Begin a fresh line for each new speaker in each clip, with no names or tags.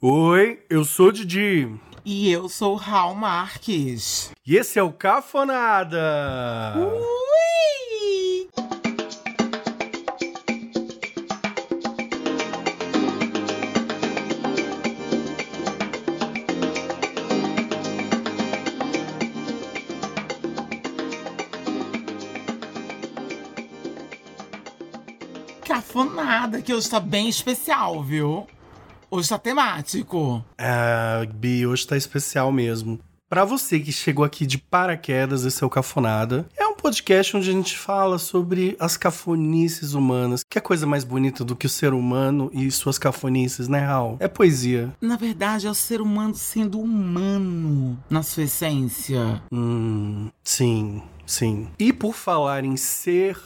Oi, eu sou o Didi.
E eu sou Raul Marques.
E esse é o Cafonada.
Uh! Ui! Cafonada, que hoje tá bem especial, viu? Hoje tá temático.
Ah, Bi, hoje tá especial mesmo. Pra você que chegou aqui de paraquedas, esse é o Cafonada. É um podcast onde a gente fala sobre as cafonices humanas. Que é coisa mais bonita do que o ser humano e suas cafonices, né, Raul? É poesia.
Na verdade, é o ser humano sendo humano na sua essência.
Hum, sim, sim. E por falar em ser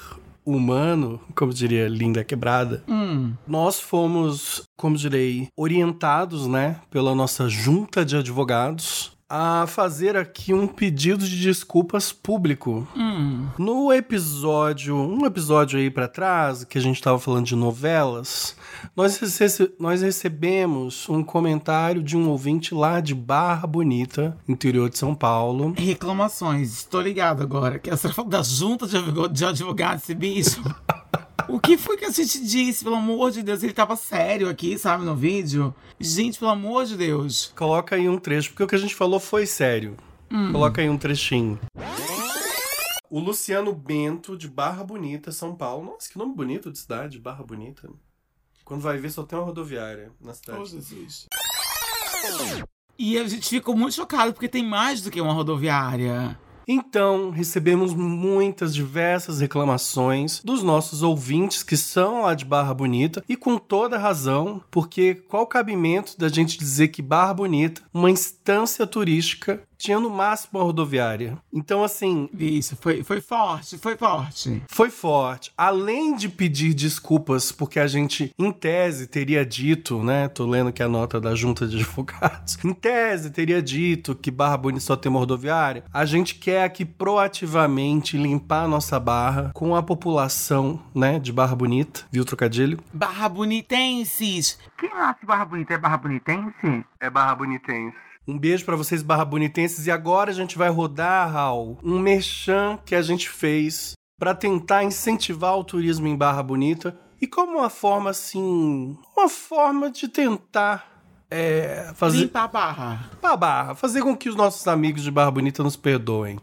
humano, como diria Linda Quebrada,
Hum.
Nós fomos, como direi, orientados, né, pela nossa junta de advogados a fazer aqui um pedido de desculpas público.
Hum.
No episódio, um episódio aí pra trás, que a gente tava falando de novelas, nós, rece- nós recebemos um comentário de um ouvinte lá de Barra Bonita, interior de São Paulo.
Reclamações. Estou ligado agora. Que essa falou da junta de advog- de advogados, esse bicho. O que foi que a gente disse? Pelo amor de Deus, ele tava sério aqui, sabe, no vídeo. Gente, pelo amor de Deus.
Coloca aí um trecho, porque o que a gente falou foi sério. Coloca aí um trechinho. O Luciano Bento, de Barra Bonita, São Paulo. Nossa, que nome bonito de cidade, Barra Bonita. Quando vai ver, só tem uma rodoviária na cidade.
é. Jesus. E a gente ficou muito chocado porque tem mais do que uma rodoviária.
Então, recebemos muitas diversas reclamações dos nossos ouvintes que são lá de Barra Bonita e com toda razão, porque qual o cabimento da gente dizer que Barra Bonita, uma instância turística, tinha no máximo uma rodoviária. Então, assim,
Bicho, foi, foi forte, foi forte.
Foi forte. Além de pedir desculpas, porque a gente, em tese, teria dito, né? Tô lendo que a nota da junta de advogados. Em tese, teria dito que Barra Bonita só tem uma rodoviária. A gente quer aqui proativamente limpar a nossa barra com a população, né? De Barra Bonita. Viu o trocadilho?
Barra Bonitenses. Quem nasce Barra Bonita é Barra Bonitense?
É Barra Bonitense. Um beijo pra vocês, Barra Bonitenses. E agora a gente vai rodar, Raul, um merchan que a gente fez pra tentar incentivar o turismo em Barra Bonita. E como uma forma, assim, uma forma de tentar é, fazer
Limpa a barra.
pra Barra, fazer com que os nossos amigos de Barra Bonita nos perdoem.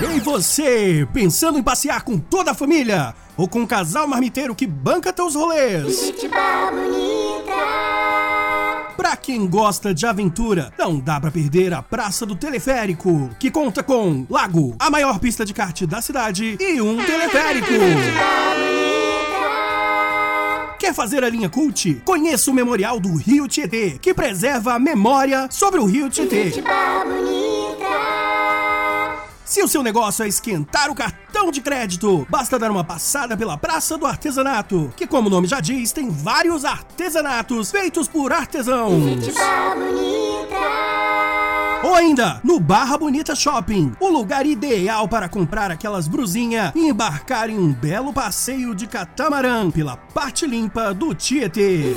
Ei você, pensando em passear com toda a família? Ou com um casal marmiteiro que banca teus rolês? Pra quem gosta de aventura, não dá pra perder a Praça do Teleférico, que conta com Lago, a maior pista de kart da cidade, e um teleférico. Quer fazer a linha cult? Conheça o Memorial do Rio Tietê, que preserva a memória sobre o Rio Tietê. Se o seu negócio é esquentar o cartão de crédito, basta dar uma passada pela Praça do Artesanato, que, como o nome já diz, tem vários artesanatos feitos por artesãos. Ou ainda, no Barra Bonita Shopping, o lugar ideal para comprar aquelas brusinhas e embarcar em um belo passeio de catamarã pela parte limpa do Tietê.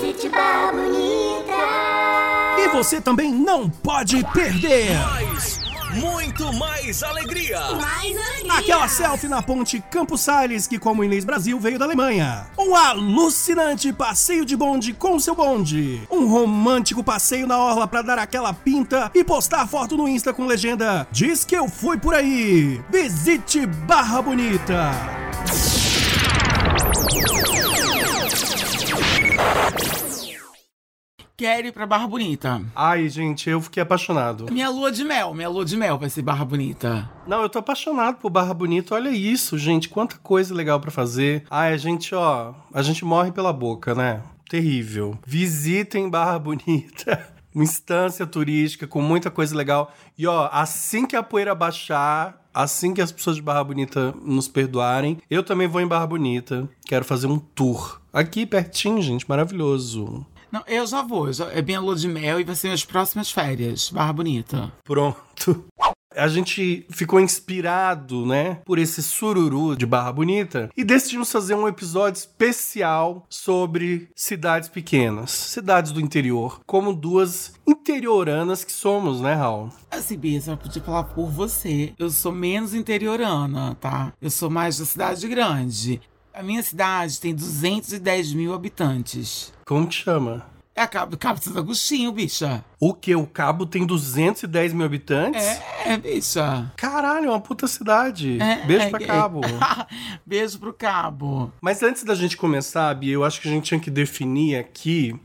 E você também não pode perder!
mais, muito mais alegria.
Aquela selfie na ponte Campos Salles, que como Inês Brasil veio da Alemanha. Um alucinante passeio de bonde com seu bonde. Um romântico passeio na orla pra dar aquela pinta e postar foto no Insta com legenda Diz que eu fui por aí. Visite Barra Bonita.
Quero ir pra Barra Bonita.
Ai, gente, eu fiquei apaixonado.
Minha lua de mel, minha lua de mel vai ser Barra Bonita.
Não, eu tô apaixonado por Barra Bonita. Olha isso, gente. Quanta coisa legal pra fazer. Ai, a gente, ó, a gente morre pela boca, né? Terrível. Visitem Barra Bonita. Uma instância turística com muita coisa legal. E ó, assim que a poeira baixar, assim que as pessoas de Barra Bonita nos perdoarem, eu também vou em Barra Bonita. Quero fazer um tour. Aqui pertinho, gente, maravilhoso.
Não, eu já vou, já- é minha lua de mel e vai ser minhas próximas férias. Barra Bonita.
Pronto. A gente ficou inspirado, né, por esse sururu de Barra Bonita e decidimos fazer um episódio especial sobre cidades pequenas, cidades do interior, como duas interioranas que somos, né, Raul?
Assim, Bia, eu podia falar por você. Eu sou menos interiorana, tá? Eu sou mais da cidade grande. A minha cidade tem 210 mil habitantes.
Como que chama?
É a Cabo, Cabo de Santo Agostinho, bicha.
O que? O Cabo tem 210 mil habitantes?
É, é, bicha.
Caralho, é uma puta cidade.
É,
Beijo
é,
pra
é.
Cabo.
Beijo pro Cabo.
Mas antes da gente começar, Bia, eu acho que a gente tinha que definir aqui,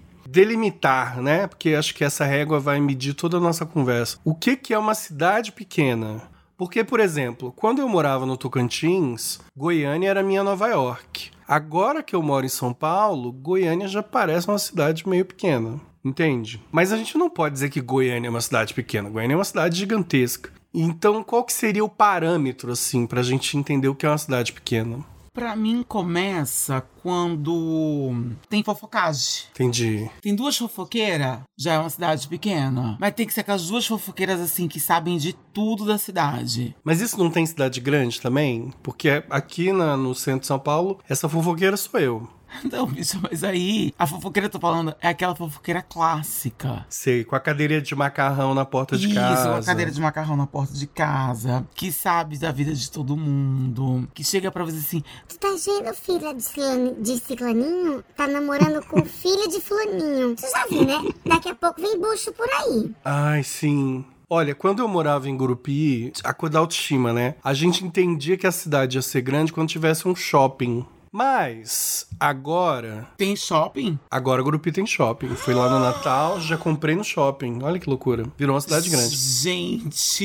delimitar, né? Porque acho que essa régua vai medir toda a nossa conversa. O que, que é uma cidade pequena? Porque, por exemplo, quando eu morava no Tocantins, Goiânia era minha Nova York. Agora que eu moro em São Paulo, Goiânia já parece uma cidade meio pequena. Entende? Mas a gente não pode dizer que Goiânia é uma cidade pequena. Goiânia é uma cidade gigantesca. Então, qual que seria o parâmetro, assim, pra gente entender o que é uma cidade pequena?
Pra mim começa quando tem fofocagem.
Entendi.
Tem duas fofoqueiras, já é uma cidade pequena. Mas tem que ser aquelas duas fofoqueiras assim que sabem de tudo da cidade.
Mas isso não tem cidade grande também? Porque aqui na- no centro de São Paulo, essa fofoqueira sou eu.
Não, bicha, Então, mas aí a fofoqueira que eu tô falando é aquela fofoqueira clássica.
Sei, com a cadeirinha de macarrão na porta de
Isso,
casa.
uma cadeira de macarrão na porta de casa, que sabe da vida de todo mundo, que chega pra você assim,
Tu tá vendo, filha de, ciclani- de ciclaninho? Tá namorando com filha de fulaninho. Você já viu, né? Daqui a pouco vem bucho por aí.
Ai, sim. Olha, quando eu morava em Gurupi, a coisa da autoestima, né? A gente entendia que a cidade ia ser grande quando tivesse um shopping. Mas agora,
tem shopping?
agora Gurupi tem shopping. Fui lá no Natal, já comprei no shopping. Olha que loucura. Virou uma cidade grande.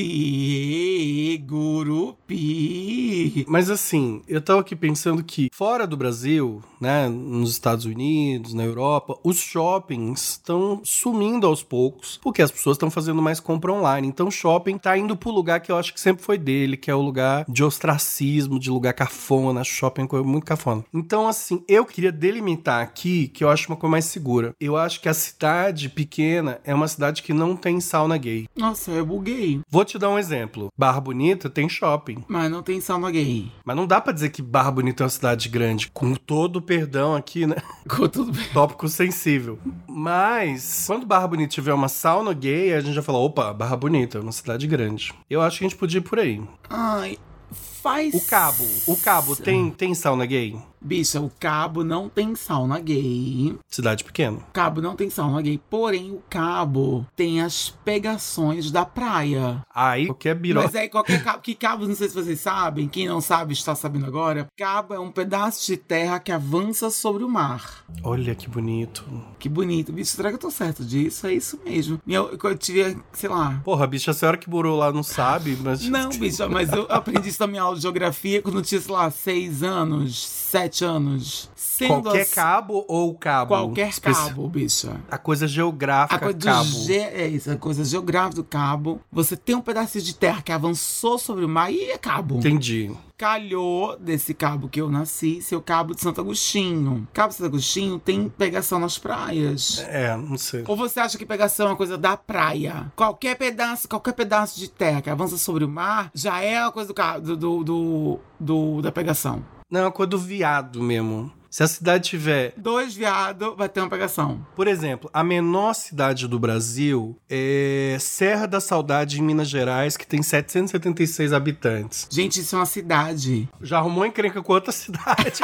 Gente, gurupi.
Mas assim, eu tava aqui pensando que fora do Brasil, né, nos Estados Unidos, na Europa, os shoppings estão sumindo aos poucos, porque as pessoas estão fazendo mais compra online. Então o shopping tá indo pro lugar que eu acho que sempre foi dele, que é o lugar de ostracismo, de lugar cafona, shopping é uma coisa muito cafona. Então assim, eu queria delimitar aqui que eu acho uma coisa mais segura. Eu acho que a cidade pequena é uma cidade que não tem sauna gay.
Nossa, eu buguei.
Vou te dar um exemplo. Barra Bonita tem shopping.
Mas não tem sauna gay.
Mas não dá pra dizer que Barra Bonita é uma cidade grande, com todo o perdão aqui, né?
Ficou tudo bem.
Tópico sensível. Mas, quando Barra Bonita tiver uma sauna gay, a gente já fala: opa, Barra Bonita é uma cidade grande. Eu acho que a gente podia ir por aí.
Ai, faz.
O Cabo, o Cabo tem, tem sauna gay?
Bicha, o cabo não tem sauna gay.
Cidade pequena.
O cabo não tem sauna gay. Porém, o cabo tem as pegações da praia.
Aí, qualquer biró.
Mas aí qualquer cabo, que cabo, não sei se vocês sabem, quem não sabe está sabendo agora. Cabo é um pedaço de terra que avança sobre o mar.
Olha que bonito.
Que bonito, bicho, será que eu tô certo disso? É isso mesmo. E Eu, eu tive, sei lá.
Porra, bicho, a senhora que morou lá não sabe, mas.
Não, bicho, mas eu aprendi isso na minha aula de geografia quando eu tinha, sei lá, seis anos, sete anos. Sendo
Qualquer
assim-
cabo ou cabo?
Qualquer
Especi-
cabo, bicha.
A coisa geográfica,
A coisa, do
cabo.
ge- é isso, a coisa geográfica do cabo. Você tem um pedacinho de terra que avançou sobre o mar e é cabo.
Entendi.
Calhou desse cabo que eu nasci, seu cabo de Santo Agostinho. Cabo de Santo Agostinho tem pegação nas praias.
É, não sei.
Ou você acha que pegação é uma coisa da praia? Qualquer pedaço, qualquer pedaço de terra que avança sobre o mar já é uma coisa do, ca- do, do, do- do- da pegação.
Não, é uma coisa do viado mesmo. Se a cidade tiver,
Dois viados vai ter uma pegação.
por exemplo, a menor cidade do Brasil é Serra da Saudade, em Minas Gerais, que tem 776 habitantes.
Gente, isso é uma cidade.
Já arrumou encrenca com outra cidade.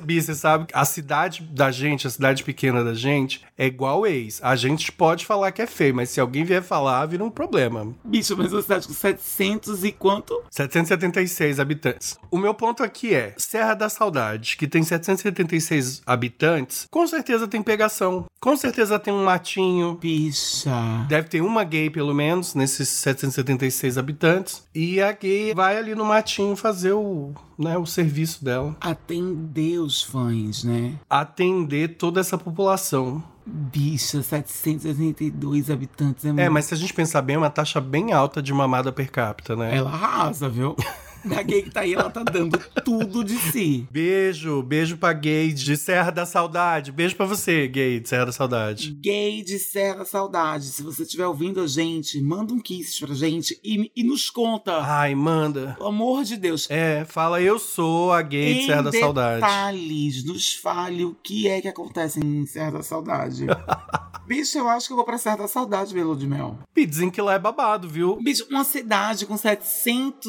Bi, você sabe que a cidade da gente, a cidade pequena da gente, é igual ex. A gente pode falar que é feio, mas se alguém vier falar, vira um problema.
Bicho, mas é uma cidade com 700 e quanto?
776 habitantes. O meu ponto aqui é: Serra da Saudade, que tem 776 habitantes, com certeza tem pegação. Com certeza tem um matinho.
Bicha.
Deve ter uma gay, pelo menos, nesses 776 habitantes. E a gay vai ali no matinho fazer o, né, o serviço dela.
Atender os fãs, né?
Atender toda essa população.
Bicha, 782 habitantes é muito.
É, mas se a gente pensar bem, é uma taxa bem alta de mamada per capita, né?
Ela arrasa, viu? da gay que tá aí, ela tá dando tudo de si.
Beijo, beijo pra gay de Serra da Saudade. Beijo pra você, gay de Serra da Saudade.
Gay de Serra Saudade, se você estiver ouvindo a gente, manda um kiss pra gente e, e nos conta.
Ai, manda.
Pelo amor de Deus.
É, fala eu sou a gay de
Em
Serra da Saudade.
detalhes, nos fale o que é que acontece em Serra da Saudade. Bicho, eu acho que eu vou pra Serra da Saudade, Belo de Mel.
E dizem que lá é babado, viu?
Bicho, uma cidade com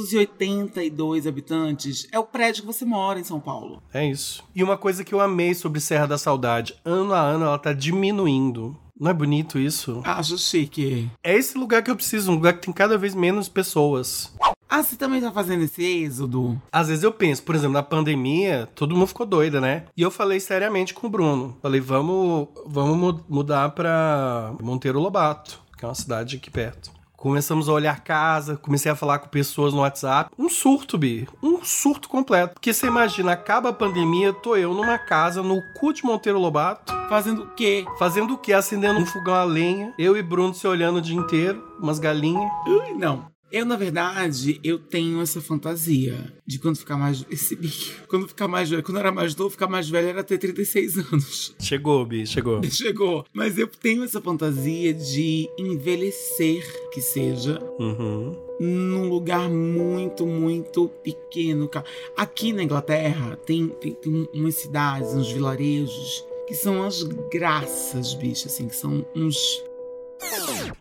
782 habitantes é o prédio que você mora em São Paulo.
É isso. E uma coisa que eu amei sobre Serra da Saudade, ano a ano ela tá diminuindo. Não é bonito isso?
Acho chique.
É esse lugar que eu preciso, um lugar que tem cada vez menos pessoas.
Ah, você também tá fazendo esse êxodo?
Às vezes eu penso, por exemplo, na pandemia, todo mundo ficou doida, né? E eu falei seriamente com o Bruno. Falei, vamos, vamos mu- mudar pra Monteiro Lobato, que é uma cidade aqui perto. Começamos a olhar casa, comecei a falar com pessoas no WhatsApp. Um surto, Bi. Um surto completo. Porque você imagina, acaba a pandemia, tô eu numa casa no cu de Monteiro Lobato,
Fazendo o quê?
fazendo o quê? Acendendo um fogão a lenha. Eu e Bruno se olhando o dia inteiro, umas galinhas.
Ui, Não. Eu, na verdade, eu tenho essa fantasia de quando ficar mais. Esse bico. Quando ficar mais velho. Quando eu era mais novo, ficar mais velho era ter 36 anos.
Chegou, Bi, chegou.
Chegou. Mas eu tenho essa fantasia de envelhecer que seja
Uhum.
num lugar muito, muito pequeno. ca- Aqui na Inglaterra tem, tem, tem um- umas cidades, uns vilarejos, que são as graças, bicho, assim, que são uns.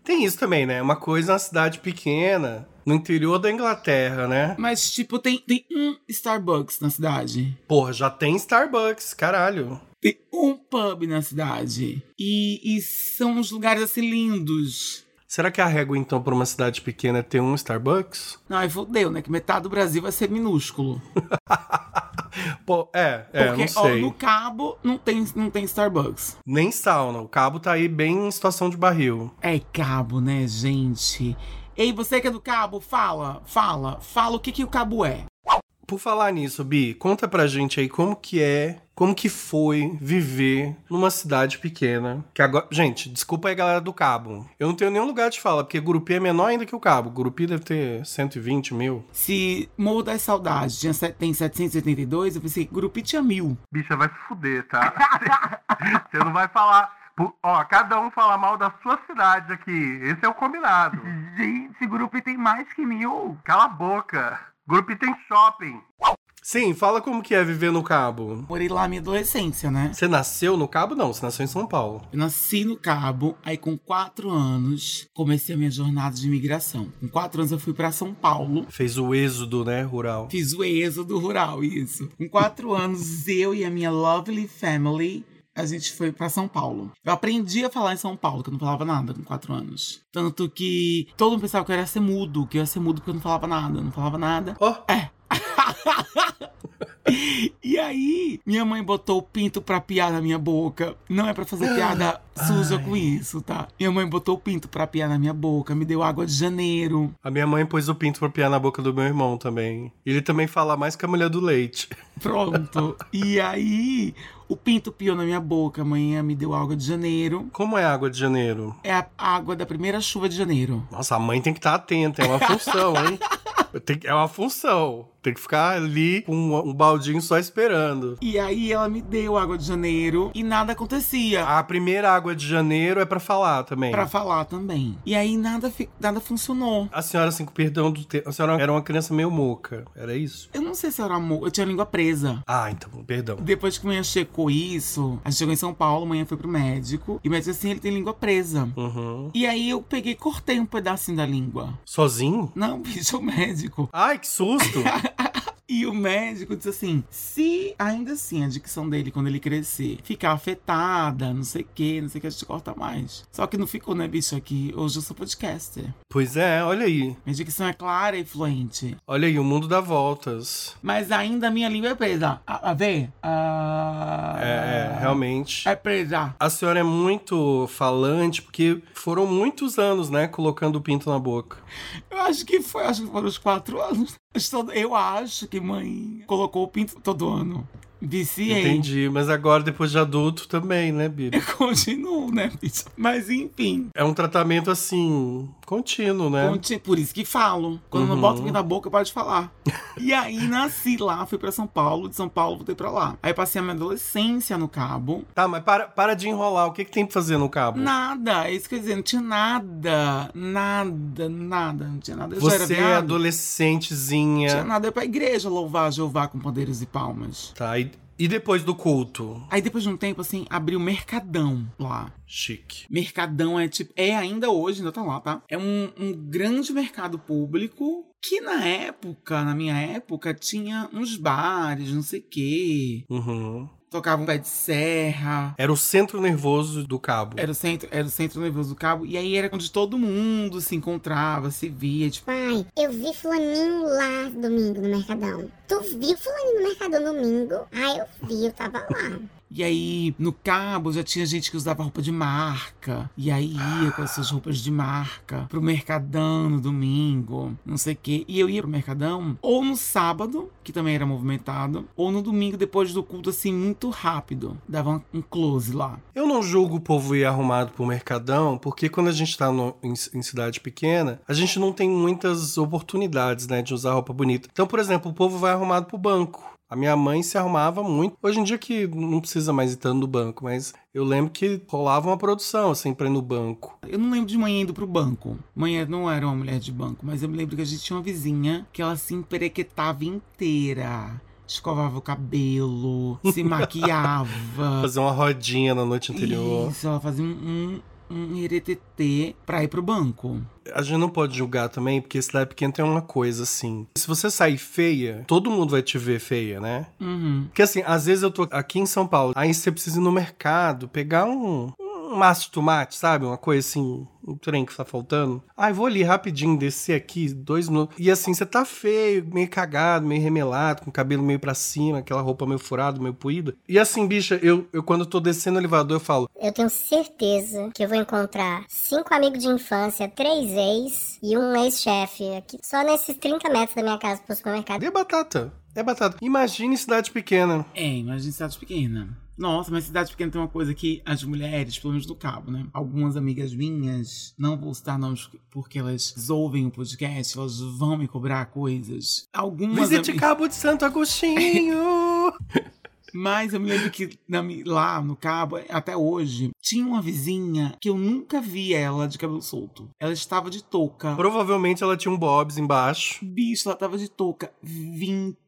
Tem isso também, né? Uma coisa na cidade pequena, no interior da Inglaterra, né?
Mas, tipo, tem, tem um Starbucks na cidade.
Porra, já tem Starbucks, caralho.
Tem um pub na cidade. E, e são uns lugares assim lindos.
Será que a régua, então, pra uma cidade pequena é ter um Starbucks?
Não, aí fodeu, né? Que metade do Brasil vai ser minúsculo.
Pô, é, é,
Porque,
não
ó,
sei.
no Cabo não tem, não tem Starbucks.
Nem sauna. O cabo tá aí bem em situação de barril.
É Cabo, né, gente? Ei, você que é do Cabo, fala, fala, fala o que, que o Cabo é.
Por falar nisso, Bi, conta pra gente aí como que é, como que foi viver numa cidade pequena. Que agora. Gente, desculpa aí, galera do Cabo. Eu não tenho nenhum lugar de fala, porque Gurupi é menor ainda que o Cabo. Gurupi deve ter 120 mil.
Se Morro das Saudades tinha, set- tem 782, eu pensei que Grupi tinha mil.
Bicha, vai se fuder, tá? Você não vai falar. Pu- Ó, cada um fala mal da sua cidade aqui. Esse é o combinado. Gente, grupo tem mais que mil. Cala a boca. Grupo tem shopping.
Sim, fala como que é viver no Cabo.
Morei lá a minha adolescência, né?
Você nasceu no Cabo? Não, você nasceu em São Paulo.
Eu nasci no Cabo, aí com quatro anos comecei a minha jornada de imigração. Com quatro anos eu fui pra São Paulo.
Fez o êxodo, né, rural.
Fiz o êxodo rural, isso. Com quatro anos, eu e a minha lovely family, a gente foi pra São Paulo. Eu aprendi a falar em São Paulo, que eu não falava nada com quatro anos. Tanto que todo mundo pensava que eu ia ser mudo, que eu ia ser mudo porque eu não falava nada, não falava nada.
Ó,
E aí, minha mãe botou o pinto pra piar na minha boca. Não é pra fazer piada suja com isso, tá? Minha mãe botou o pinto pra piar na minha boca, me deu água de janeiro.
a minha mãe pôs o pinto pra piar na boca do meu irmão também. Ele também fala mais que a mulher do leite.
Pronto. E aí, o pinto piou na minha boca. Amanhã me deu água de janeiro.
Como é água de janeiro?
É a água da primeira chuva de janeiro.
Nossa, a mãe tem que estar atenta, é uma função, hein? Tem que- é uma função. Tem que ficar ali com um, um baldinho só esperando.
E aí ela me deu água de janeiro e nada acontecia.
A primeira água de janeiro é pra falar também.
Pra falar também. E aí nada, fi- nada funcionou.
A senhora, assim, com perdão do tempo, a senhora era uma criança meio moca, era isso?
Eu não sei se eu era amor, eu tinha a língua presa.
Ah, então, perdão.
Depois que a manhã checou isso, a gente chegou em São Paulo, amanhã foi pro médico. E o médico disse assim, ele tem língua presa.
Uhum.
E aí eu peguei e cortei um pedacinho da língua.
Sozinho?
Não, bicho, o médico.
Ai, que susto!
E o médico disse assim: se ainda assim a dicção dele, quando ele crescer, ficar afetada, não sei o que, não sei o que, a gente corta mais. Só que não ficou, né, bicho? Aqui hoje eu sou podcaster.
pois é, olha aí.
Minha dicção é clara e fluente.
Olha aí, o mundo dá voltas.
Mas ainda a minha língua é presa. A, a ver? Ah,
É, é, realmente.
É presa.
A senhora é muito falante, porque foram muitos anos, né, colocando o pinto na boca.
Eu acho que foi, acho que foram os quatro anos. Estou- Eu acho que mãe colocou o pinto todo ano. Viciei.
Entendi, mas agora, depois de adulto, também, né, Bíblia?
Continuo, né, bicho? Mas enfim.
É Uhum. um tratamento, assim, Contínuo, né?
Conti- Por isso que falo. Quando eu não boto vinho na boca, eu paro de falar. e aí nasci lá, fui pra São Paulo, de São Paulo voltei pra lá. Aí passei a minha adolescência no Cabo.
Tá, mas para, para de enrolar. O que, que tem pra fazer no cabo?
Nada, é isso que eu ia dizer, não tinha nada, nada, nada, não tinha nada. Eu já era
Você é
viado. Não tinha
adolescentezinha.
nada, eu ia pra igreja louvar Jeová com pandeiros e palmas.
Tá, e, e depois do culto?
Aí depois de um tempo, assim, abriu o Mercadão lá.
Chique.
Mercadão é tipo. É ainda hoje, ainda tá lá, tá? É um, um grande mercado público que na época, na minha época, tinha uns bares, não sei o quê.
Uhum.
Tocava um pé de serra.
Era o centro nervoso do cabo.
Era o centro, era o centro nervoso do cabo. E aí era onde todo mundo se encontrava, se via, tipo.
Pai, eu vi fulaninho lá domingo no Mercadão. Tu viu fulaninho no Mercadão domingo? Ah, eu vi, eu tava lá.
E aí, no cabo, já tinha gente que usava roupa de marca. E aí ia com essas roupas de marca pro Mercadão no domingo, não sei o quê. E eu ia pro Mercadão ou no sábado, que também era movimentado, ou no domingo depois do culto, assim, muito rápido. Dava um- um close lá.
Eu não julgo o povo ir arrumado pro mercadão, porque quando a gente tá no- em, em cidade pequena, a gente não tem muitas oportunidades, né, de usar roupa bonita. Então, por exemplo, o povo vai arrumado pro banco. A minha mãe se arrumava muito. Hoje em dia que não precisa mais ir tanto no banco, mas eu lembro que rolava uma produção, assim, pra ir no banco.
Eu não lembro de manhã indo pro banco. Manhã não era uma mulher de banco, mas eu me lembro que a gente tinha uma vizinha que ela se emperequetava inteira. Escovava o cabelo, se maquiava.
Fazer uma rodinha na noite anterior.
Isso, ela fazia um, um, um eretetê pra ir pro banco.
A gente não pode julgar também, porque cidade pequena tem uma coisa, assim. Se você sair feia, todo mundo vai te ver feia, né?
Uhum.
Porque assim, às vezes eu tô aqui em São Paulo, aí você precisa ir no mercado, pegar um, um maço de tomate, sabe? Uma coisa assim, um trem que tá faltando. Aí vou ali rapidinho, descer aqui, dois minutos. E assim, você tá feio, meio cagado, meio remelado, com o cabelo meio pra cima, aquela roupa meio furada, meio poída. E assim, bicha, eu, eu quando eu tô descendo o elevador, eu falo,
Eu tenho certeza que eu vou encontrar cinco amigos de infância, três ex e um ex-chefe aqui. Só nesses 30 metros da minha casa pro supermercado.
cadê a batata? É batata. Imagine cidade pequena.
É, imagina cidade pequena. Nossa, mas cidade pequena tem uma coisa que as mulheres, pelo menos do cabo, né? Algumas amigas minhas, não vou citar nomes porque elas ouvem o podcast, elas vão me cobrar coisas. Algumas.
Visite
ami-
Cabo é de Santo Agostinho!
Mas eu me lembro que na mi- lá no Cabo, até hoje, tinha uma vizinha que eu nunca vi ela de cabelo solto. Ela estava de touca.
Provavelmente ela tinha um bobs embaixo.
Bicho, ela tava de touca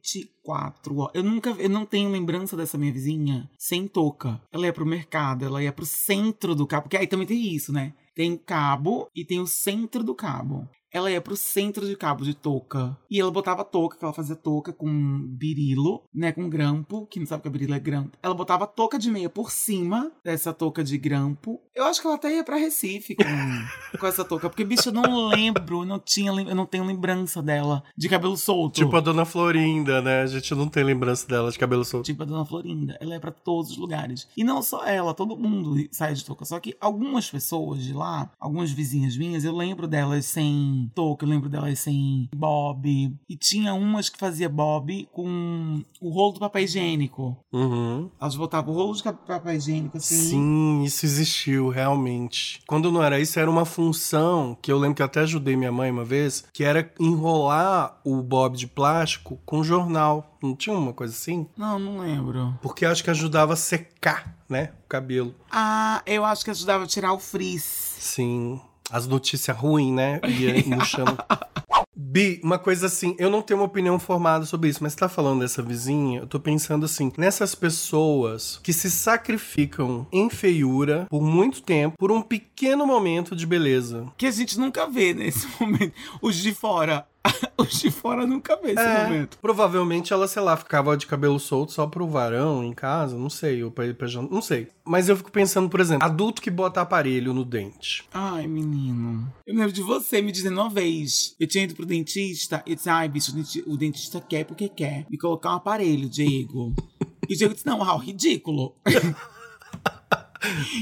24 horas. Eu nunca, eu não tenho lembrança dessa minha vizinha sem touca. Ela ia pro mercado, ela ia pro centro do cabo, porque aí também tem isso, né? Tem o cabo e tem o centro do cabo. Ela ia pro centro de cabo de touca. E ela botava touca, que ela fazia touca com birilo, né? Com grampo. Quem não sabe o que é birilo é grampo. Ela botava touca de meia por cima dessa touca de grampo. Eu acho que ela até ia pra Recife com com essa touca. Porque, bicho, eu não lembro, eu não tinha, lem- eu não tenho lembrança dela de cabelo solto.
Tipo a Dona Florinda, né? A gente não tem lembrança dela de cabelo solto.
Tipo a Dona Florinda. Ela é pra todos os lugares. E não só ela, todo mundo sai de touca. Só que algumas pessoas de lá, algumas vizinhas minhas, eu lembro delas sem touca, eu lembro delas sem bob. E tinha umas que fazia bob com o rolo do papel higiênico.
Uhum.
Elas botavam o rolo de papel higiênico assim.
Sim, isso existiu realmente. Quando não era isso, era uma função que eu lembro que eu até ajudei minha mãe uma vez, que era enrolar o bob de plástico com jornal. Não tinha uma coisa assim?
Não, não lembro.
Porque acho que ajudava a secar, né? O cabelo.
Ah, eu acho que ajudava a tirar o frizz.
Sim. As notícias ruins, né? Ia murchando. Bi, uma coisa assim, eu não tenho uma opinião formada sobre isso, mas você tá falando dessa vizinha, eu tô pensando assim, nessas pessoas que se sacrificam em feiura por muito tempo, por um pequeno momento de beleza.
que a gente nunca vê nesse momento. Os de fora. Os de fora nunca vê esse
É,
momento.
provavelmente ela, sei lá, ficava de cabelo solto só pro varão em casa, não sei, ou pra ir pra jantar, não sei. Mas eu fico pensando, por exemplo, adulto que bota aparelho no dente.
Ai, menino. Eu me lembro de você me dizendo uma vez. Eu tinha ido pro dentista e eu disse: ai, bicho, o denti- o dentista quer porque quer me colocar um aparelho, Diego. E o Diego disse: não, Raul, ridículo.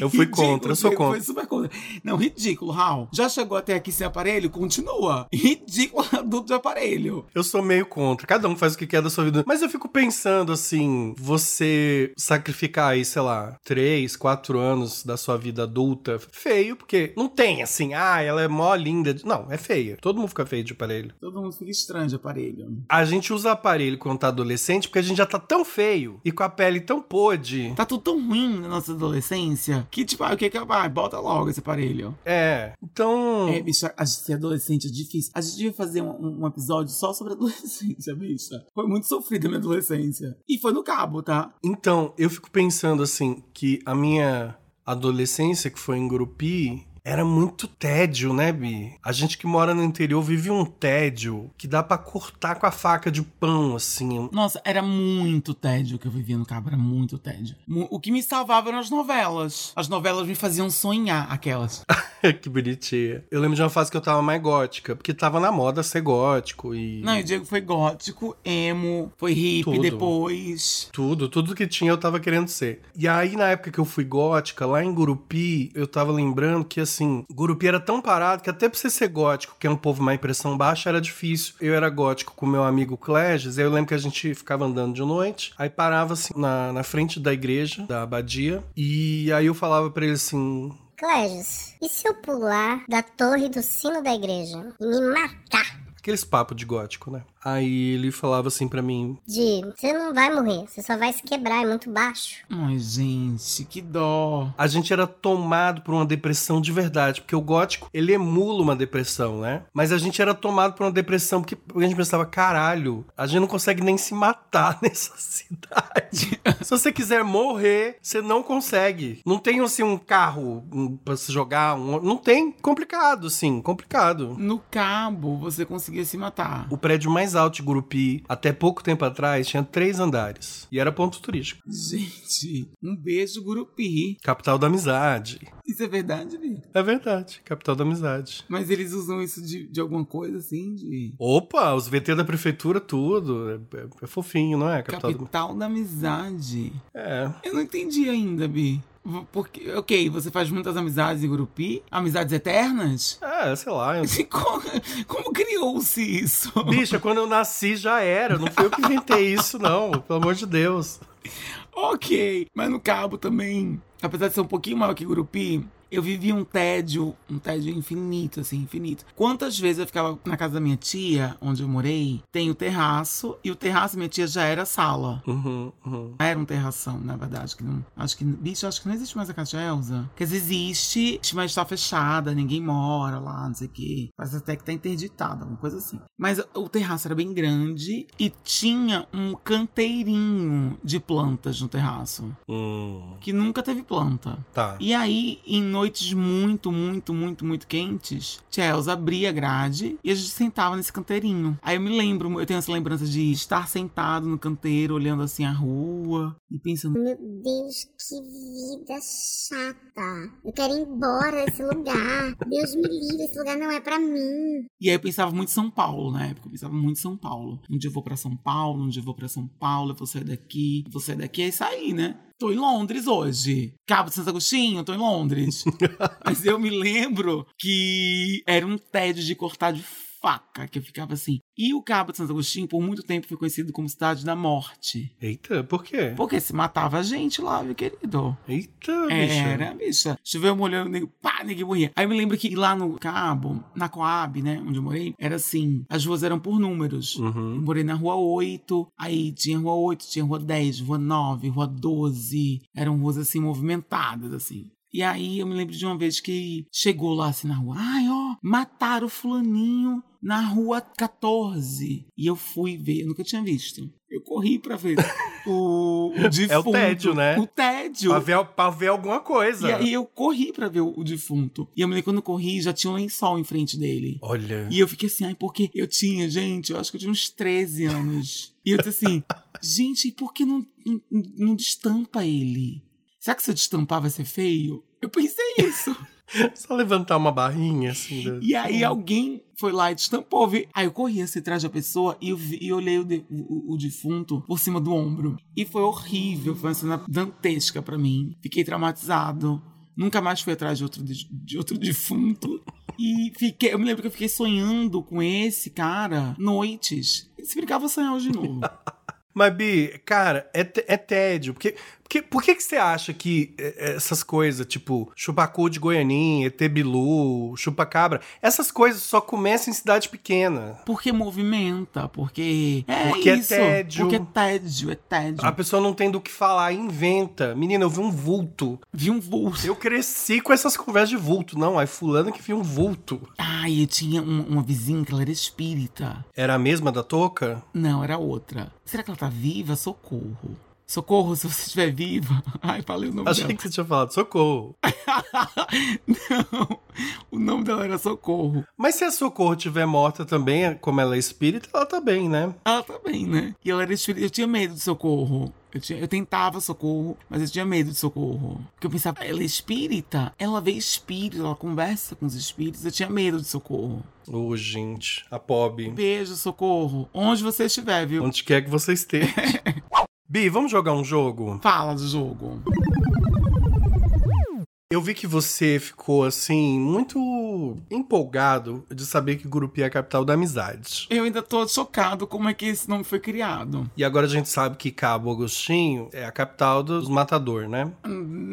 Eu fui
Ridículo,
contra, eu sou
Diego,
contra.
Foi super contra. Não, ridículo, Raul. Já chegou até aqui sem aparelho? Continua. Ridículo adulto de aparelho.
Eu sou meio contra. Cada um faz o que quer da sua vida. Mas eu fico pensando assim: você sacrificar aí, sei lá, três, quatro anos da sua vida adulta, feio, porque não tem assim, ah, ela é mó linda. Não, é feia. Todo mundo fica feio de aparelho.
Todo mundo fica estranho de aparelho.
A gente usa aparelho quando tá adolescente porque a gente já tá tão feio e com a pele tão podre.
Tá tudo tão ruim na nossa adolescência que, tipo, ah, o que que vai? Bota logo esse aparelho.
É. Então.
É, bicha, a gente ser adolescente é difícil. A gente devia fazer um, um- um episódio só sobre adolescência, bicha. Foi muito sofrida a minha adolescência. E foi no cabo, tá?
Então, eu fico pensando assim, que a minha adolescência, que foi em Grupi, era muito tédio, né, Bi? A gente que mora no interior vive um tédio que dá pra cortar com a faca de pão, assim.
Nossa, era muito tédio que eu vivia no cabo, era muito tédio. Mu- O que me salvava eram as novelas. As novelas me faziam sonhar, aquelas.
que bonitinha. Eu lembro de uma fase que eu tava mais gótica, porque tava na moda ser gótico e.
Não, e o Diego foi gótico, emo, foi hippie
Tudo.
depois.
Tudo, tudo que tinha eu tava querendo ser. E aí, na época que eu fui gótica, lá em Gurupi, eu tava lembrando que, assim, Gurupi era tão parado que até pra você ser gótico, que é um povo mais pressão baixa, era difícil. Eu era gótico com meu amigo Cleges, aí eu lembro que a gente ficava andando de noite, aí parava, assim, na, na frente da igreja, da abadia, e aí eu falava pra ele assim...
Clégios, e se eu pular da torre do sino da igreja e me matar?
Aqueles papos de gótico, né? Aí ele falava assim pra mim...
De você não vai morrer, você só vai se quebrar, é muito baixo.
Ai, gente, que dó.
A gente era tomado por uma depressão de verdade, porque o gótico, ele emula uma depressão, né? Mas a gente era tomado por uma depressão porque a gente pensava, caralho, a gente não consegue nem se matar nessa cidade. se você quiser morrer, você não consegue. Não tem, assim, um carro um, pra se jogar, um- não tem. Complicado, sim, complicado.
No cabo, você conseguia se matar.
O prédio mais alto de Gurupi, até pouco tempo atrás, tinha três andares. E era ponto turístico.
Gente, um beijo, Gurupi.
Capital da amizade.
Isso é verdade, Vi?
É verdade, capital da amizade.
Mas eles usam isso de, de alguma coisa, assim, de...
Opa, os VT da prefeitura, tudo. É, é- é fofinho, não é? Capital
Capital,
do...
da amizade.
É.
Eu não entendi ainda, Bi. V- Porque, ok, você faz muitas amizades em Gurupi? Amizades eternas?
É, sei lá. eu-
Como, como criou-se isso?
Bicha, quando eu nasci já era. Não fui eu que inventei isso, não. Pelo amor de Deus.
Ok, mas no cabo também, apesar de ser um pouquinho maior que Gurupi, eu vivia um tédio, um tédio infinito, assim, infinito. Quantas vezes eu ficava na casa da minha tia, onde eu morei, tem o terraço, e o terraço minha tia já era sala.
Uhum, uhum.
Era um terração, na verdade. Que não, acho que. Bicho, acho que não existe mais a Casa Elza. Quer dizer, existe, mas tá fechada, ninguém mora lá, não sei o quê. Parece até que tá interditada, alguma coisa assim. Mas o terraço era bem grande e tinha um canteirinho de plantas no terraço.
Hum,
Que nunca teve planta.
tá.
E aí, em noites muito, muito, muito, muito quentes, tia Elza abria a grade e a gente sentava nesse canteirinho. Aí eu me lembro, eu tenho essa lembrança de estar sentado no canteiro, olhando assim a rua e pensando.
Meu Deus, que vida chata. Eu quero ir embora desse lugar. Deus me livre, esse lugar não é pra mim.
E aí eu pensava muito em São Paulo na época, eu pensava muito em São Paulo. Um dia eu vou pra São Paulo, um dia eu vou pra São Paulo, eu vou sair daqui, eu vou sair daqui, aí saí, né? Tô em Londres hoje. Cabo de Santo Agostinho, tô em Londres. Mas eu me lembro que era um tédio de cortar de faca, que eu ficava assim. E o Cabo de Santo Agostinho, por muito tempo, foi conhecido como cidade da morte.
Eita, por quê?
Porque se matava a gente lá, meu querido.
Eita, bicha.
É,
né?
Era, bicha. Choveu molhando, nego, pá, ninguém morria. Aí eu me lembro que lá no Cabo, na Coab, né, onde eu morei, era assim, as ruas eram por números. Eu
Uhum.
morei na rua 8, aí tinha rua 8, tinha rua 10, rua 9, rua 12. Eram ruas assim, movimentadas, assim. E aí eu me lembro de uma vez que chegou lá assim na rua, ai ó, mataram o fulaninho na rua 14. E eu fui ver, eu nunca tinha visto. Eu corri pra ver o, o defunto.
É tédio, né?
O tédio.
Pra ver, pra ver alguma coisa.
E aí eu corri pra ver o, o defunto. E eu me lembro quando eu corri, já tinha um lençol em frente dele.
Olha.
E eu fiquei assim, ai, porque eu tinha, gente, eu acho que eu tinha uns 13 anos. E eu disse assim, gente, e por que não, não, não destampa ele? Será que se eu destampar vai ser feio? Eu pensei isso.
Só levantar uma barrinha, assim. da-
E aí alguém foi lá e estampou. Vi. Aí eu corri assim atrás da pessoa e, eu vi- e olhei o, de- o- o defunto por cima do ombro. E foi horrível, foi uma cena dantesca pra mim. Fiquei traumatizado. Nunca mais fui atrás de outro, de, de outro defunto. E fiquei, eu me lembro que eu fiquei sonhando com esse cara noites. Se brincar, eu vou sonhar hoje de novo.
Mas, Bi, cara, é, té- é tédio. Porque, porque, por que, que você acha que é, é, essas coisas, tipo, chupacu de Goianinha, ET Bilu, chupacabra, essas coisas só começam em cidade pequena?
Porque movimenta, porque. É
Porque é
isso.
tédio. Ah.
Porque é tédio, é tédio.
A pessoa não tem do que falar, inventa. Menina, eu vi um vulto.
Vi um vulto.
Eu cresci com essas conversas de vulto. Não, aí fulano que viu um vulto.
Ai, eu tinha um- uma vizinha que ela era espírita.
Era a mesma da touca?
Não, era outra. Será que ela tá viva? Socorro. Socorro, se você estiver viva. Ai, falei o nome
Achei
dela.
que você tinha falado, socorro.
Não, o nome dela era Socorro.
Mas se a socorro estiver morta também, como ela é espírita, ela tá bem, né?
Ela tá bem, né? E ela era espírita. Eu tinha medo de Socorro. Eu, tinha- eu tentava Socorro, mas eu tinha medo de Socorro. Porque eu pensava, ela é espírita? Ela vê espírito, ela conversa com os espíritos. Eu tinha medo de Socorro.
Ô, gente, a pobre.
Beijo, Socorro. Onde você estiver, viu?
Onde quer que você esteja. Bi, vamos jogar um jogo?
Fala do jogo.
Eu vi que você ficou, assim, muito empolgado de saber que Gurupi é a capital da amizade.
Eu ainda tô chocado como é que esse nome foi criado.
E agora a gente sabe que Cabo Agostinho é a capital dos matador, né?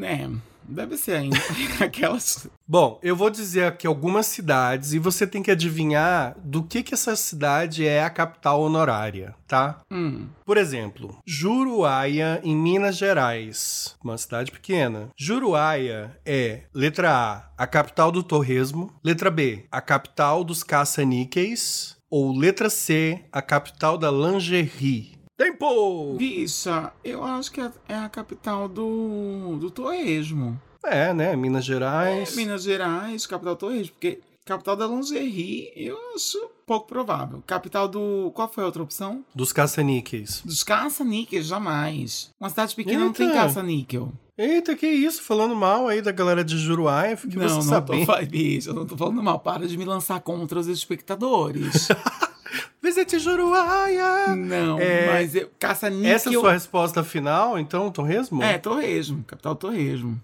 É, deve ser ainda. Aquelas.
Bom, eu vou dizer aqui algumas cidades e você tem que adivinhar do que que essa cidade é a capital honorária, tá?
Hum.
Por exemplo, Juruáia, em Minas Gerais, uma cidade pequena. Juruáia é, letra A, a capital do torresmo, letra B, a capital dos caça-níqueis, ou letra C, a capital da lingerie. Tempo!
Bicha, eu acho que é- é a capital do, do torresmo.
É, né? Minas Gerais.
Minas Gerais, capital do torresmo. Porque capital da lingerie, eu acho pouco provável. Capital do. Qual foi a outra opção?
Dos caça-níqueis.
Dos caça-níqueis, jamais. Uma cidade pequena não
Eita.
tem caça-níquel.
Eita, que isso? Falando mal aí da galera de Juruáia, fiquei
Não,
você
não tô
sabendo.
falando. Bicha, eu não tô falando mal. Para de me lançar contra os espectadores.
Visite Juruáia!
não,
É,
mas Hum, eu- caça-níquel.
Essa é a sua resposta final, então, torresmo?
É, torresmo. Capital do torresmo.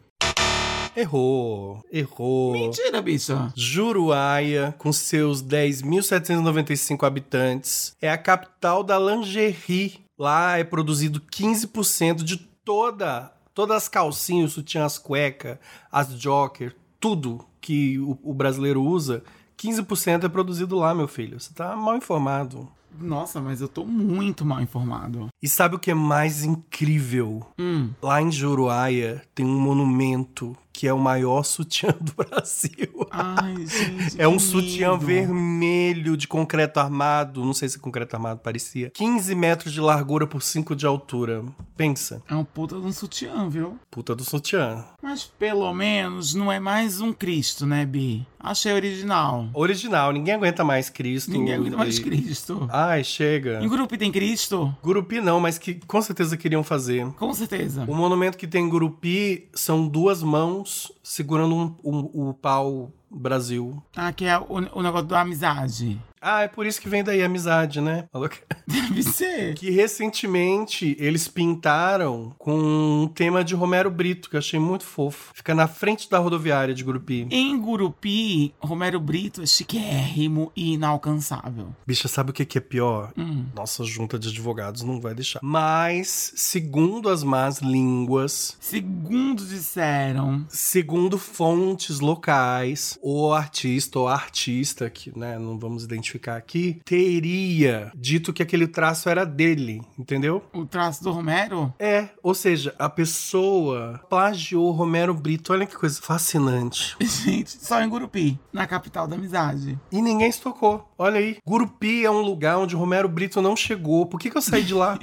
Errou, errou.
Mentira, bicha.
Juruáia, com seus 10.795 habitantes, é a capital da lingerie. Lá é produzido 15% de toda, todas as calcinhas, sutiãs, cueca, as joker, tudo que o, o brasileiro usa, 15% é produzido lá, meu filho. Você tá mal informado.
Nossa, mas eu tô muito mal informado.
E sabe o que é mais incrível?
Hum.
Lá em Juruáia tem um monumento que é o maior sutiã do Brasil.
Ai, gente.
É um
que
sutiã
lindo.
vermelho de concreto armado, não sei se concreto armado parecia. 15 metros de largura por 5 de altura. Pensa,
É um puta de um sutiã, viu?
puta do sutiã.
Mas pelo menos não é mais um Cristo, né, Bi? Achei original.
Original, ninguém aguenta mais Cristo. É.
Ninguém aguenta mais
E-
Cristo.
Ai, chega.
Em grupo tem Cristo?
Gurupi não, mas que com certeza queriam fazer.
Com certeza.
O monumento que tem em Gurupi são duas mãos segurando um, um- o pau Brasil.
Ah, que é o, o negócio da amizade.
Ah, é por isso que vem daí a amizade, né? Falou que-
Deve ser.
Que recentemente eles pintaram com um tema de Romero Brito, que eu achei muito fofo. Fica na frente da rodoviária de Gurupi.
Em Gurupi, Romero Brito é chiquérrimo e inalcançável.
Bicha, sabe o que que é pior?
Hum.
Nossa junta de advogados não vai deixar. Mas, segundo as más línguas,
Segundo disseram,
segundo fontes locais, o artista ou artista, que né, não vamos identificar aqui, teria dito que aquele traço era dele, entendeu?
o traço do Romero
É, ou seja, a pessoa plagiou Romero Brito. Olha que coisa fascinante.
Gente, só em Gurupi, na capital da amizade.
E ninguém se tocou. Olha aí. Gurupi é um lugar onde Romero Brito não chegou. Por que, que eu saí de lá?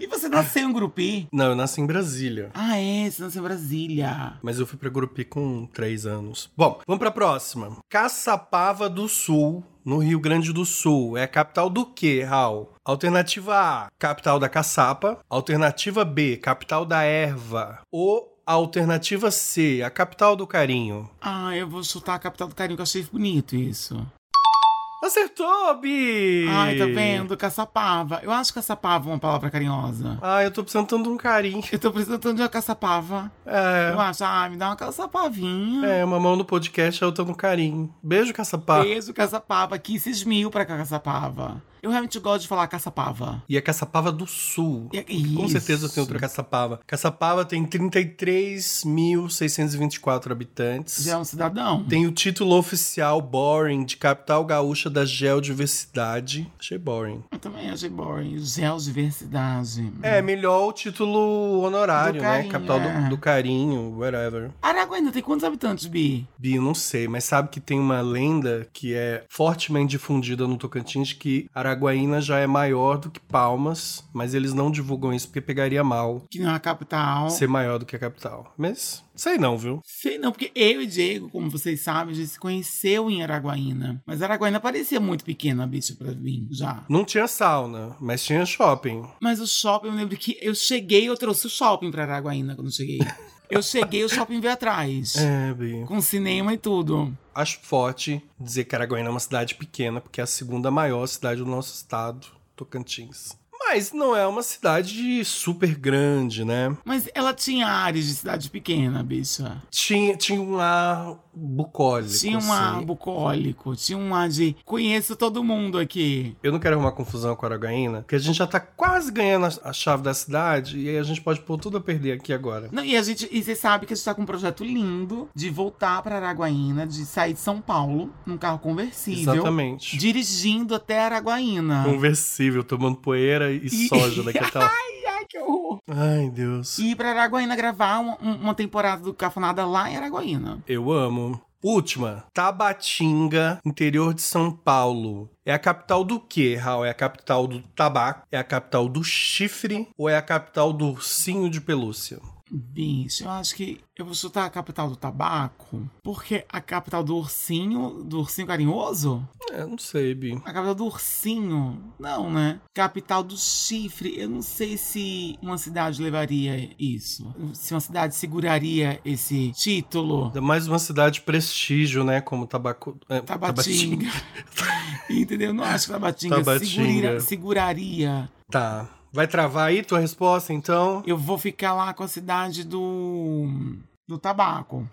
E você nasceu em Gurupi?
não, eu nasci em Brasília.
Ah, é, você nasceu em Brasília.
Mas eu fui pra Gurupi com três anos. Bom, vamos pra próxima. Caçapava do Sul, no Rio Grande do Sul. É a capital do quê, Raul? Alternativa A, capital da caçapa. Alternativa B, capital da erva. Ou A alternativa C, a capital do carinho.
Ah, eu vou chutar a capital do carinho, que eu achei bonito isso.
Acertou, Bi!
Ai, tá vendo? Caçapava. Eu acho caçapava uma palavra carinhosa.
Ah, eu tô precisando tanto de um carinho.
Eu tô precisando tanto de uma caçapava.
É,
Eu acho, ah, me dá uma caçapavinha.
é, uma mão no podcast, a outra no carinho. Beijo, caçapá.
Beijo, caçapava, que cismiu pra caçapava. Eu realmente gosto de falar caçapava.
E a Caçapava do Sul.
E- é
Com
isso.
certeza tem outra Caçapava. Caçapava tem 33.624 habitantes.
Já é um cidadão.
Tem o título oficial Boring de Capital Gaúcha da Geodiversidade. Achei boring.
Eu também achei boring. Geodiversidade.
É, melhor o título honorário,
Hum. Do
né?
carinho,
Capital do,
é.
do carinho, whatever.
Araguaína tem quantos habitantes, Bi?
Bi, eu não sei, mas sabe que tem uma lenda que é fortemente difundida no Tocantins que Araguaína já é maior do que Palmas, mas eles não divulgam isso porque pegaria mal
Que não é a capital.
ser maior do que a capital. Mas sei não, viu?
Sei não, porque eu e Diego, como vocês sabem, a gente se conheceu em Araguaína. Mas Araguaína parecia muito pequena, bicho, pra mim, já.
Não tinha sauna, mas tinha shopping.
Mas o shopping, eu lembro que eu cheguei, eu trouxe o shopping pra Araguaína quando eu cheguei. Eu cheguei, o shopping veio atrás.
É, Bi.
Com cinema e tudo.
Acho forte dizer que Araguaína é uma cidade pequena, porque é a segunda maior cidade do nosso estado, Tocantins. Mas não é uma cidade super grande, né?
Mas ela tinha áreas de cidade pequena, bicha.
Tinha, tinha um ar bucólico.
Tinha um ar
assim.
bucólico, tinha um ar de conheço todo mundo aqui.
Eu não quero arrumar confusão com Araguaína, porque a gente já tá quase ganhando a- a chave da cidade e aí a gente pode pôr tudo a perder aqui agora.
Não, e a gente, e você sabe que a gente tá com um projeto lindo de voltar pra Araguaína, de sair de São Paulo num carro conversível,
Exatamente. Hum.
dirigindo até Araguaína.
Conversível, tomando poeira e
E-
soja daqui a tal.
Ai, que horror!
Ai, Deus.
E ir pra Araguaína gravar um- um- uma, temporada do Cafonada lá em Araguaína.
Eu amo. Última, Tabatinga, interior de São Paulo. É a capital do quê, Raul? É a capital do tabaco? É a capital do chifre? Ou é a capital do ursinho de pelúcia?
Bicho, eu acho que eu vou chutar a capital do tabaco, porque a capital do ursinho, do ursinho carinhoso?
É, não sei, Bi.
A capital do ursinho? Não, né? Capital do chifre. Eu não sei se uma cidade levaria isso. Se uma cidade seguraria esse título.
Ainda mais uma cidade de prestígio, né? Como tabaco... é,
Tabatinga. Entendeu? Não acho que Tabatinga,
Tabatinga.
segurira- seguraria.
Tá. Vai travar aí tua resposta, então?
Eu vou ficar lá com a cidade do. do tabaco.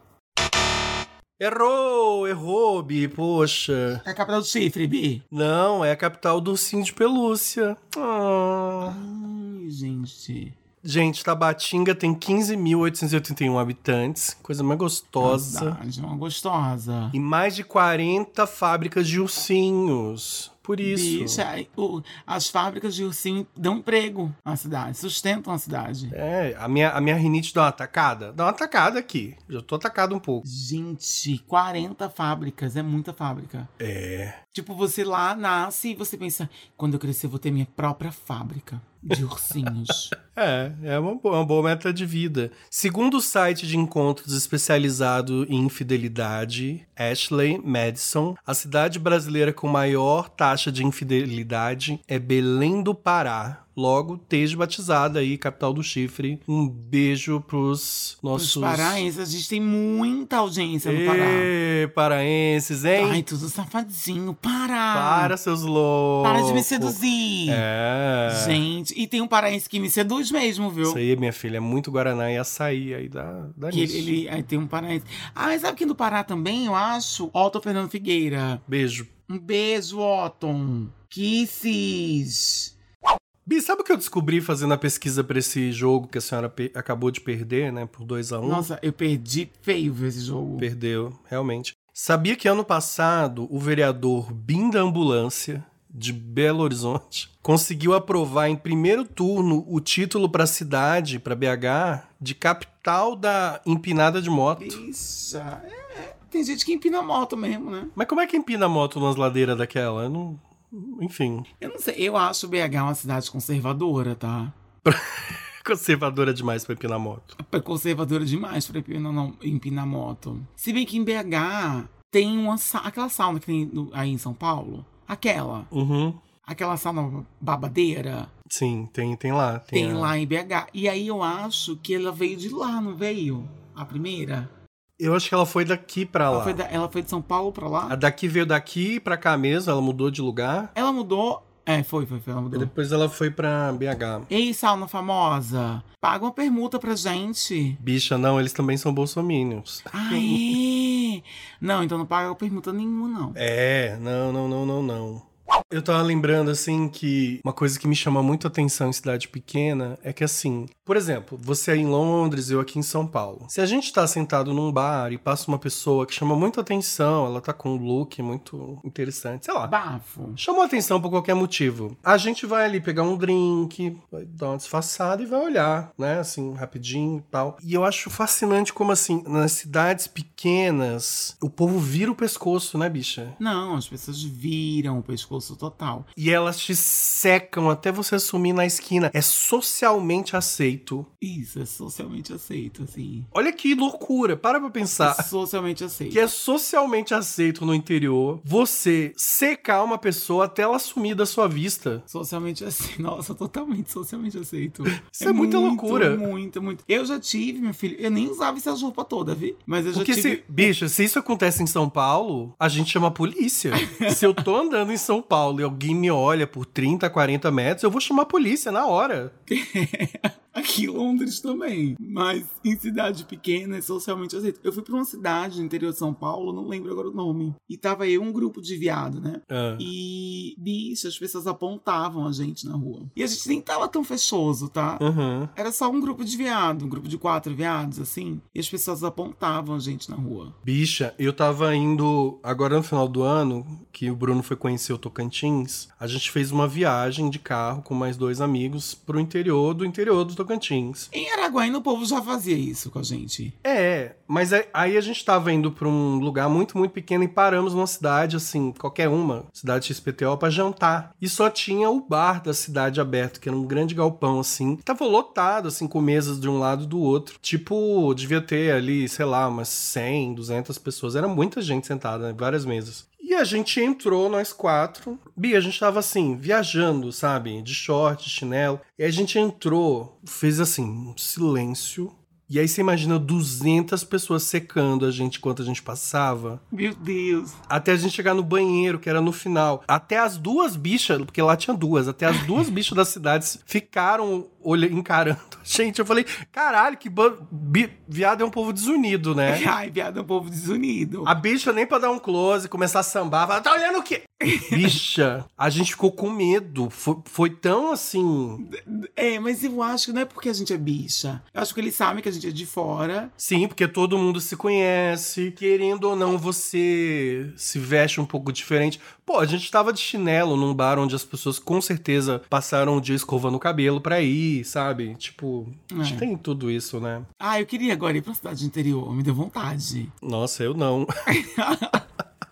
Errou, errou, Bi. Poxa.
É a capital do chifre, Bi.
Não, é a capital do ursinho de pelúcia. Ah.
Ai, gente.
Gente, Tabatinga tem 15.881 habitantes, coisa mais gostosa.
Verdade, uma gostosa.
E mais de 40 fábricas de ursinhos. Por isso.
Bicha, o- as fábricas de ursinho dão emprego à cidade, sustentam a cidade.
É, a minha, a minha rinite dá uma atacada? Dá uma atacada aqui. Já tô atacado um pouco.
Gente, 40 fábricas, é muita fábrica.
É.
Tipo, você lá nasce e você pensa, quando eu crescer eu vou ter minha própria fábrica de ursinhos.
É, é uma, boa- uma boa meta de vida. Segundo o site de encontros especializado em infidelidade, Ashley Madison, a cidade brasileira com maior taxa de infidelidade é Belém do Pará. Logo, esteja batizada aí, capital do chifre. Um beijo pros nossos.
Os paraenses, a gente tem muita audiência no Pará.
Ê, paraenses, hein?
Ai, tudo safadinho, Pará!
Para, seus loucos.
Para de me seduzir!
É.
Gente, e tem um paraense que me seduz mesmo, viu?
Isso aí, é minha filha, é muito Guaraná e açaí aí dá, dá
Que
nisso.
ele, ele- aí tem um paraense. Ah, e sabe que no Pará também, eu acho? Otto Fernando Figueira.
Beijo.
Um beijo, Otton. Kisses.
Bi, sabe o que eu descobri fazendo a pesquisa pra esse jogo que a senhora pe- acabou de perder, né? Por 2 a 1 um.
Nossa, eu perdi feio esse jogo.
Perdeu, realmente. Sabia que ano passado o vereador Bim da Ambulância de Belo Horizonte conseguiu aprovar em primeiro turno o título pra cidade, pra BH, de capital da empinada de moto.
Bicha, é, é. Tem gente que empina a moto mesmo, né?
Mas como é que empina a moto nas ladeiras daquela? Eu não... Enfim,
Eu não sei, eu acho BH uma cidade conservadora, tá?
conservadora demais pra empinar a moto.
É conservadora demais pra empinar, não, empinar moto. Se bem que em BH tem uma sa- aquela sauna que tem no- aí em São Paulo. Aquela.
Uhum.
Aquela sauna babadeira.
Sim, tem, tem lá.
Tem
a-
lá em BH. E aí eu acho que ela veio de lá, não veio? A primeira?
Eu acho que ela foi daqui pra lá.
Ela foi, da- ela foi de São Paulo pra
A
lá?
daqui veio daqui pra cá mesmo, ela mudou de lugar.
Ela mudou. É, foi, foi, foi. Ela
E
mudou.
depois ela foi pra BH.
Ei, sauna famosa, paga uma permuta pra gente.
Bicha, não, eles também são bolsominions.
Ai, não, então não paga permuta nenhuma, não.
É, não, não, não, não, não. Eu tava lembrando, assim, que uma coisa que me chama muito atenção em cidade pequena é que, assim, por exemplo, você aí em Londres, eu aqui em São Paulo. Se a gente tá sentado num bar e passa uma pessoa que chama muito atenção, ela tá com um look muito interessante, sei lá.
Bafo.
Chamou atenção por qualquer motivo. A gente vai ali pegar um drink, vai dar uma disfarçada e vai olhar, né? Assim, rapidinho e tal. E eu acho fascinante como, assim, nas cidades pequenas, o povo vira o pescoço, né, bicha?
Não, as pessoas viram o pescoço total.
E elas te secam até você sumir na esquina. É socialmente aceito.
Isso é socialmente aceito, assim.
Olha que loucura, para pra pensar.
É Socialmente aceito.
Ah. Que é socialmente aceito no interior você secar uma pessoa até ela sumir da sua vista.
Socialmente aceito. Nossa, totalmente socialmente aceito.
Isso é muita
muito,
loucura.
Muito, muito. Eu já tive, meu filho. Eu nem usava essa roupa toda, vi? Mas eu já
Porque
tive. um
se, bicho, se isso acontece em São Paulo, a gente chama a polícia. se eu tô andando em São Paulo e alguém me olha por 30, 40 metros, eu vou chamar a polícia na hora.
Aqui em Londres também. Mas em cidade pequena é socialmente aceito. Eu fui pra uma cidade no interior de São Paulo, não lembro agora o nome. E tava eu um grupo de viado, né?
Ah.
E, bicho, as pessoas apontavam a gente na rua. E a gente nem tava tão fechoso, tá?
Uhum.
Era só um grupo de viado, um grupo de quatro viados, assim. E as pessoas apontavam a gente na rua.
Bicha, eu tava indo agora no final do ano, que o Bruno foi conhecer o Tocantins. A gente fez uma viagem de carro com mais dois amigos pro interior do interior do Tocantins.
Em Araguaína o povo já fazia isso com a gente.
É, mas é- aí a gente tava indo pra um lugar muito, muito pequeno e paramos numa cidade, assim, qualquer uma, cidade XPTO, pra jantar. E só tinha o bar da cidade aberto, que era um grande galpão, assim. Tava lotado, assim, com mesas de um lado e do outro. Tipo, devia ter ali, sei lá, umas 100, 200 pessoas. Era muita gente sentada, né? várias mesas. E a gente entrou, nós quatro. Bia, a gente tava assim, viajando, sabe? De short, de chinelo. E a gente entrou, fez assim, um silêncio. E aí você imagina 200 pessoas secando a gente enquanto a gente passava.
Meu Deus.
Até a gente chegar no banheiro, que era no final. Até as duas bichas, porque lá tinha duas, até as duas bichas da cidade ficaram olha, encarando a gente. Eu falei, caralho, que ban- bi- viado é um povo desunido, né?
Ai, viado é um povo desunido.
A bicha nem pra dar um close, começar a sambar, falar, tá olhando o quê? Bicha, a gente ficou com medo. Foi, foi tão assim.
É, mas eu acho que não é porque a gente é bicha. Eu acho que eles sabem que a gente é de fora.
Sim, porque todo mundo se conhece. Querendo ou não, você se veste um pouco diferente. Pô, a gente tava de chinelo num bar onde as pessoas com certeza passaram o dia escovando o cabelo pra ir, sabe? Tipo, a gente
É.
tem tudo isso, né?
Ah, eu queria agora ir pra cidade do interior. Me deu vontade.
Nossa, eu não.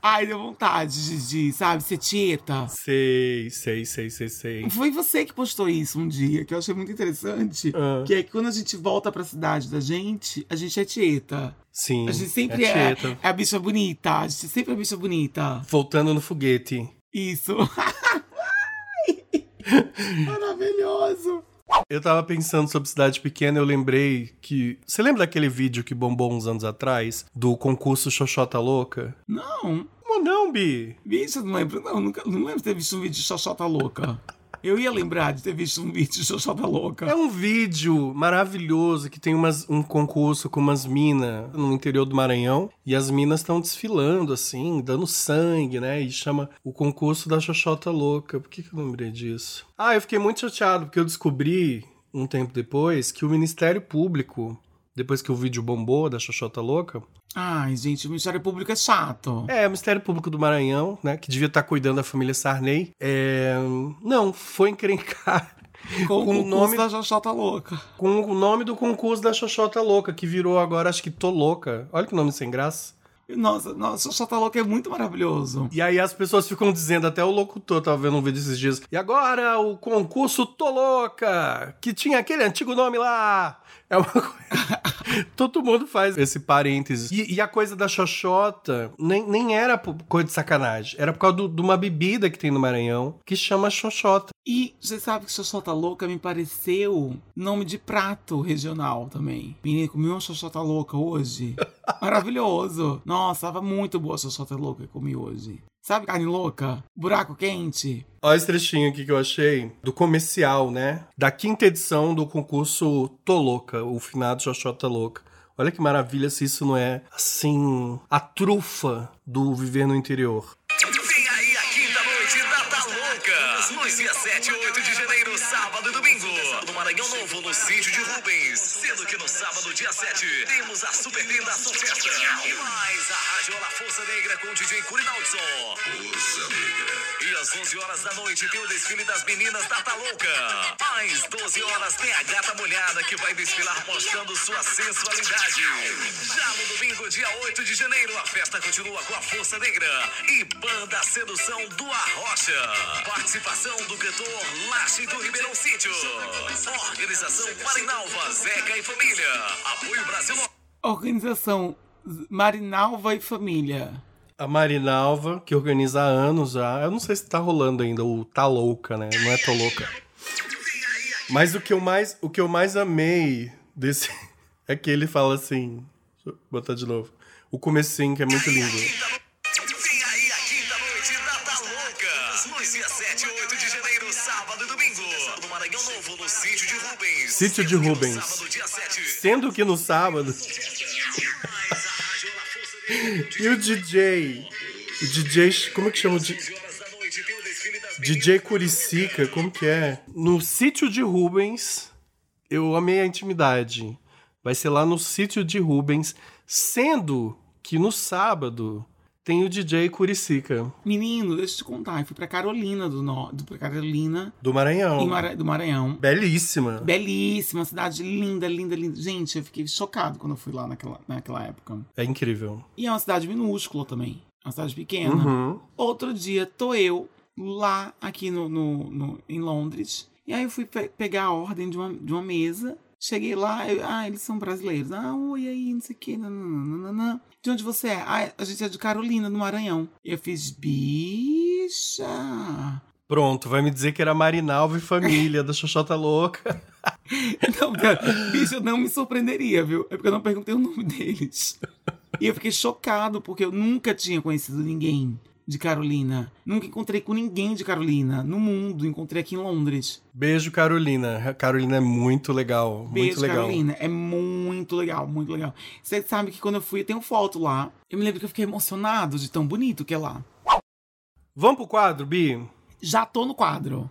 Ai, deu vontade de, de sabe, ser tieta.
sei, sei, sei, sei, sei.
Foi você que postou isso um dia, que eu achei muito interessante.
Ah.
Que é que quando a gente volta pra cidade da gente, a gente é tieta.
Sim.
A gente sempre é,
tieta.
é a bicha bonita. A gente sempre é a bicha bonita.
Voltando no foguete.
Isso. Maravilhoso.
Eu tava pensando sobre cidade pequena, eu lembrei que. Você lembra daquele vídeo que bombou uns anos atrás? Do concurso Xoxota Louca?
Não,
Como não, Bi?
bicho, não lembro, não. Nunca, não lembro de ter visto um vídeo de Xoxota louca. Eu ia lembrar de ter visto um vídeo de Xoxota louca.
É um vídeo maravilhoso que tem umas- um concurso com umas minas no interior do Maranhão e as minas estão desfilando, assim, dando sangue, né? E chama o concurso da Xoxota Louca. Por que, que eu lembrei disso? Ah, eu fiquei muito chateado porque eu descobri, um tempo depois, que o Ministério Público, depois que o vídeo bombou da Xoxota Louca,
Ai, gente, o Ministério Público é chato.
É, o Ministério Público do Maranhão, né? Que devia estar cuidando da família Sarney. É, Não, foi encrencar
Com,
com o nome-
o nome da Xoxota louca.
com o nome do concurso da Xoxota Louca, que virou agora, acho que Tô Louca. Olha que nome sem graça.
Nossa, nossa, Xoxota louca é muito maravilhoso.
E aí as pessoas ficam dizendo, até o locutor tava vendo um vídeo esses dias, e agora o concurso Tô Louca, que tinha aquele antigo nome lá. É uma coisa... Todo mundo faz esse parênteses. E, e a coisa da xoxota nem, nem era por coisa de sacanagem. Era por causa do- de uma bebida que tem no Maranhão que chama xoxota.
E você sabe que Xoxota Louca me pareceu nome de prato regional também. Menina, comi uma Xoxota Louca hoje. Maravilhoso. Nossa, tava muito boa a Xoxota Louca que comi hoje. Sabe carne louca? Buraco quente?
Olha esse trechinho aqui que eu achei do comercial, né? Da quinta edição do concurso Tô Louca, o finado Xoxota Tá Louca. Olha que maravilha se isso não é, assim, a trufa do viver no interior.
Vem aí a quinta noite da Tá Louca. Nos dias 7 e 8 de janeiro, sábado e domingo. No Maranhão Novo, no sítio de Rubens. Sendo que no sábado, dia 7, temos a Super Linda Sofesta. E mais a Rádio La Força Negra com o DJ Curinaldson. Força Negra. E às 11 horas da noite tem o desfile das meninas da Tá Louca. Às 12 horas tem a Gata Molhada que vai desfilar mostrando sua sensualidade. Já no domingo, dia 8 de janeiro, a festa continua com a Força Negra e Banda Sedução do Arrocha. Participação do cantor Lache do Ribeirão Sítio. Organização Marinalva, Zeca e Família. Apoio Brasil.
Organização Marinalva e Família.
A Marinalva, que organiza há anos já. Eu não sei se tá rolando ainda o Tá Louca, né? Não é Tô Louca. Mas o que eu mais, o que eu mais amei desse é que ele fala assim, deixa eu botar de novo. O comecinho que é muito lindo.
Vem aí a quinta noite da Tá Louca. Nos dias 7 e 8 de janeiro, sábado e domingo. No Maranhão Novo, no sítio de Rubens.
Sítio de Rubens.
Sábado, dia 7.
Sendo que no sábado e o DJ, o DJ, como é que chama o DJ? DJ Curicica, como que é? No sítio de Rubens, eu amei a intimidade. Vai ser lá no sítio de Rubens, sendo que no sábado tem o DJ Curicica,
Menino, deixa eu te contar. Eu fui pra Carolina do Norte. Pra Carolina
do Maranhão.
em Mara- do Maranhão.
Belíssima.
Belíssima, cidade linda, linda, linda. Gente, eu fiquei chocado quando eu fui lá naquela, naquela época.
É incrível.
E é uma cidade minúscula também. É uma cidade pequena.
Uhum.
Outro dia, tô eu lá aqui no, no- no- em Londres. E aí eu fui pe- pegar a ordem de uma, de uma mesa. Cheguei lá, eu- ah, eles são brasileiros. Ah, oi, aí, não sei o quê. nananana. De onde você é? Ah, a gente é de Carolina, do Maranhão. E eu fiz, bicha.
Pronto, vai me dizer que era Marinalva e família da Xoxota Louca.
Então, cara, bicho, eu não me surpreenderia, viu? É porque eu não perguntei o nome deles. E eu fiquei chocado, porque eu nunca tinha conhecido ninguém de Carolina. Nunca encontrei com ninguém de Carolina no mundo. Encontrei aqui em Londres.
Beijo, Carolina. Carolina é muito legal, muito
Beijo,
legal.
Carolina. É muito legal, muito legal. Você sabe que quando eu fui, eu tenho foto lá. Eu me lembro que eu fiquei emocionado de tão bonito que é lá.
Vamos pro quadro, Bi?
Já tô no quadro.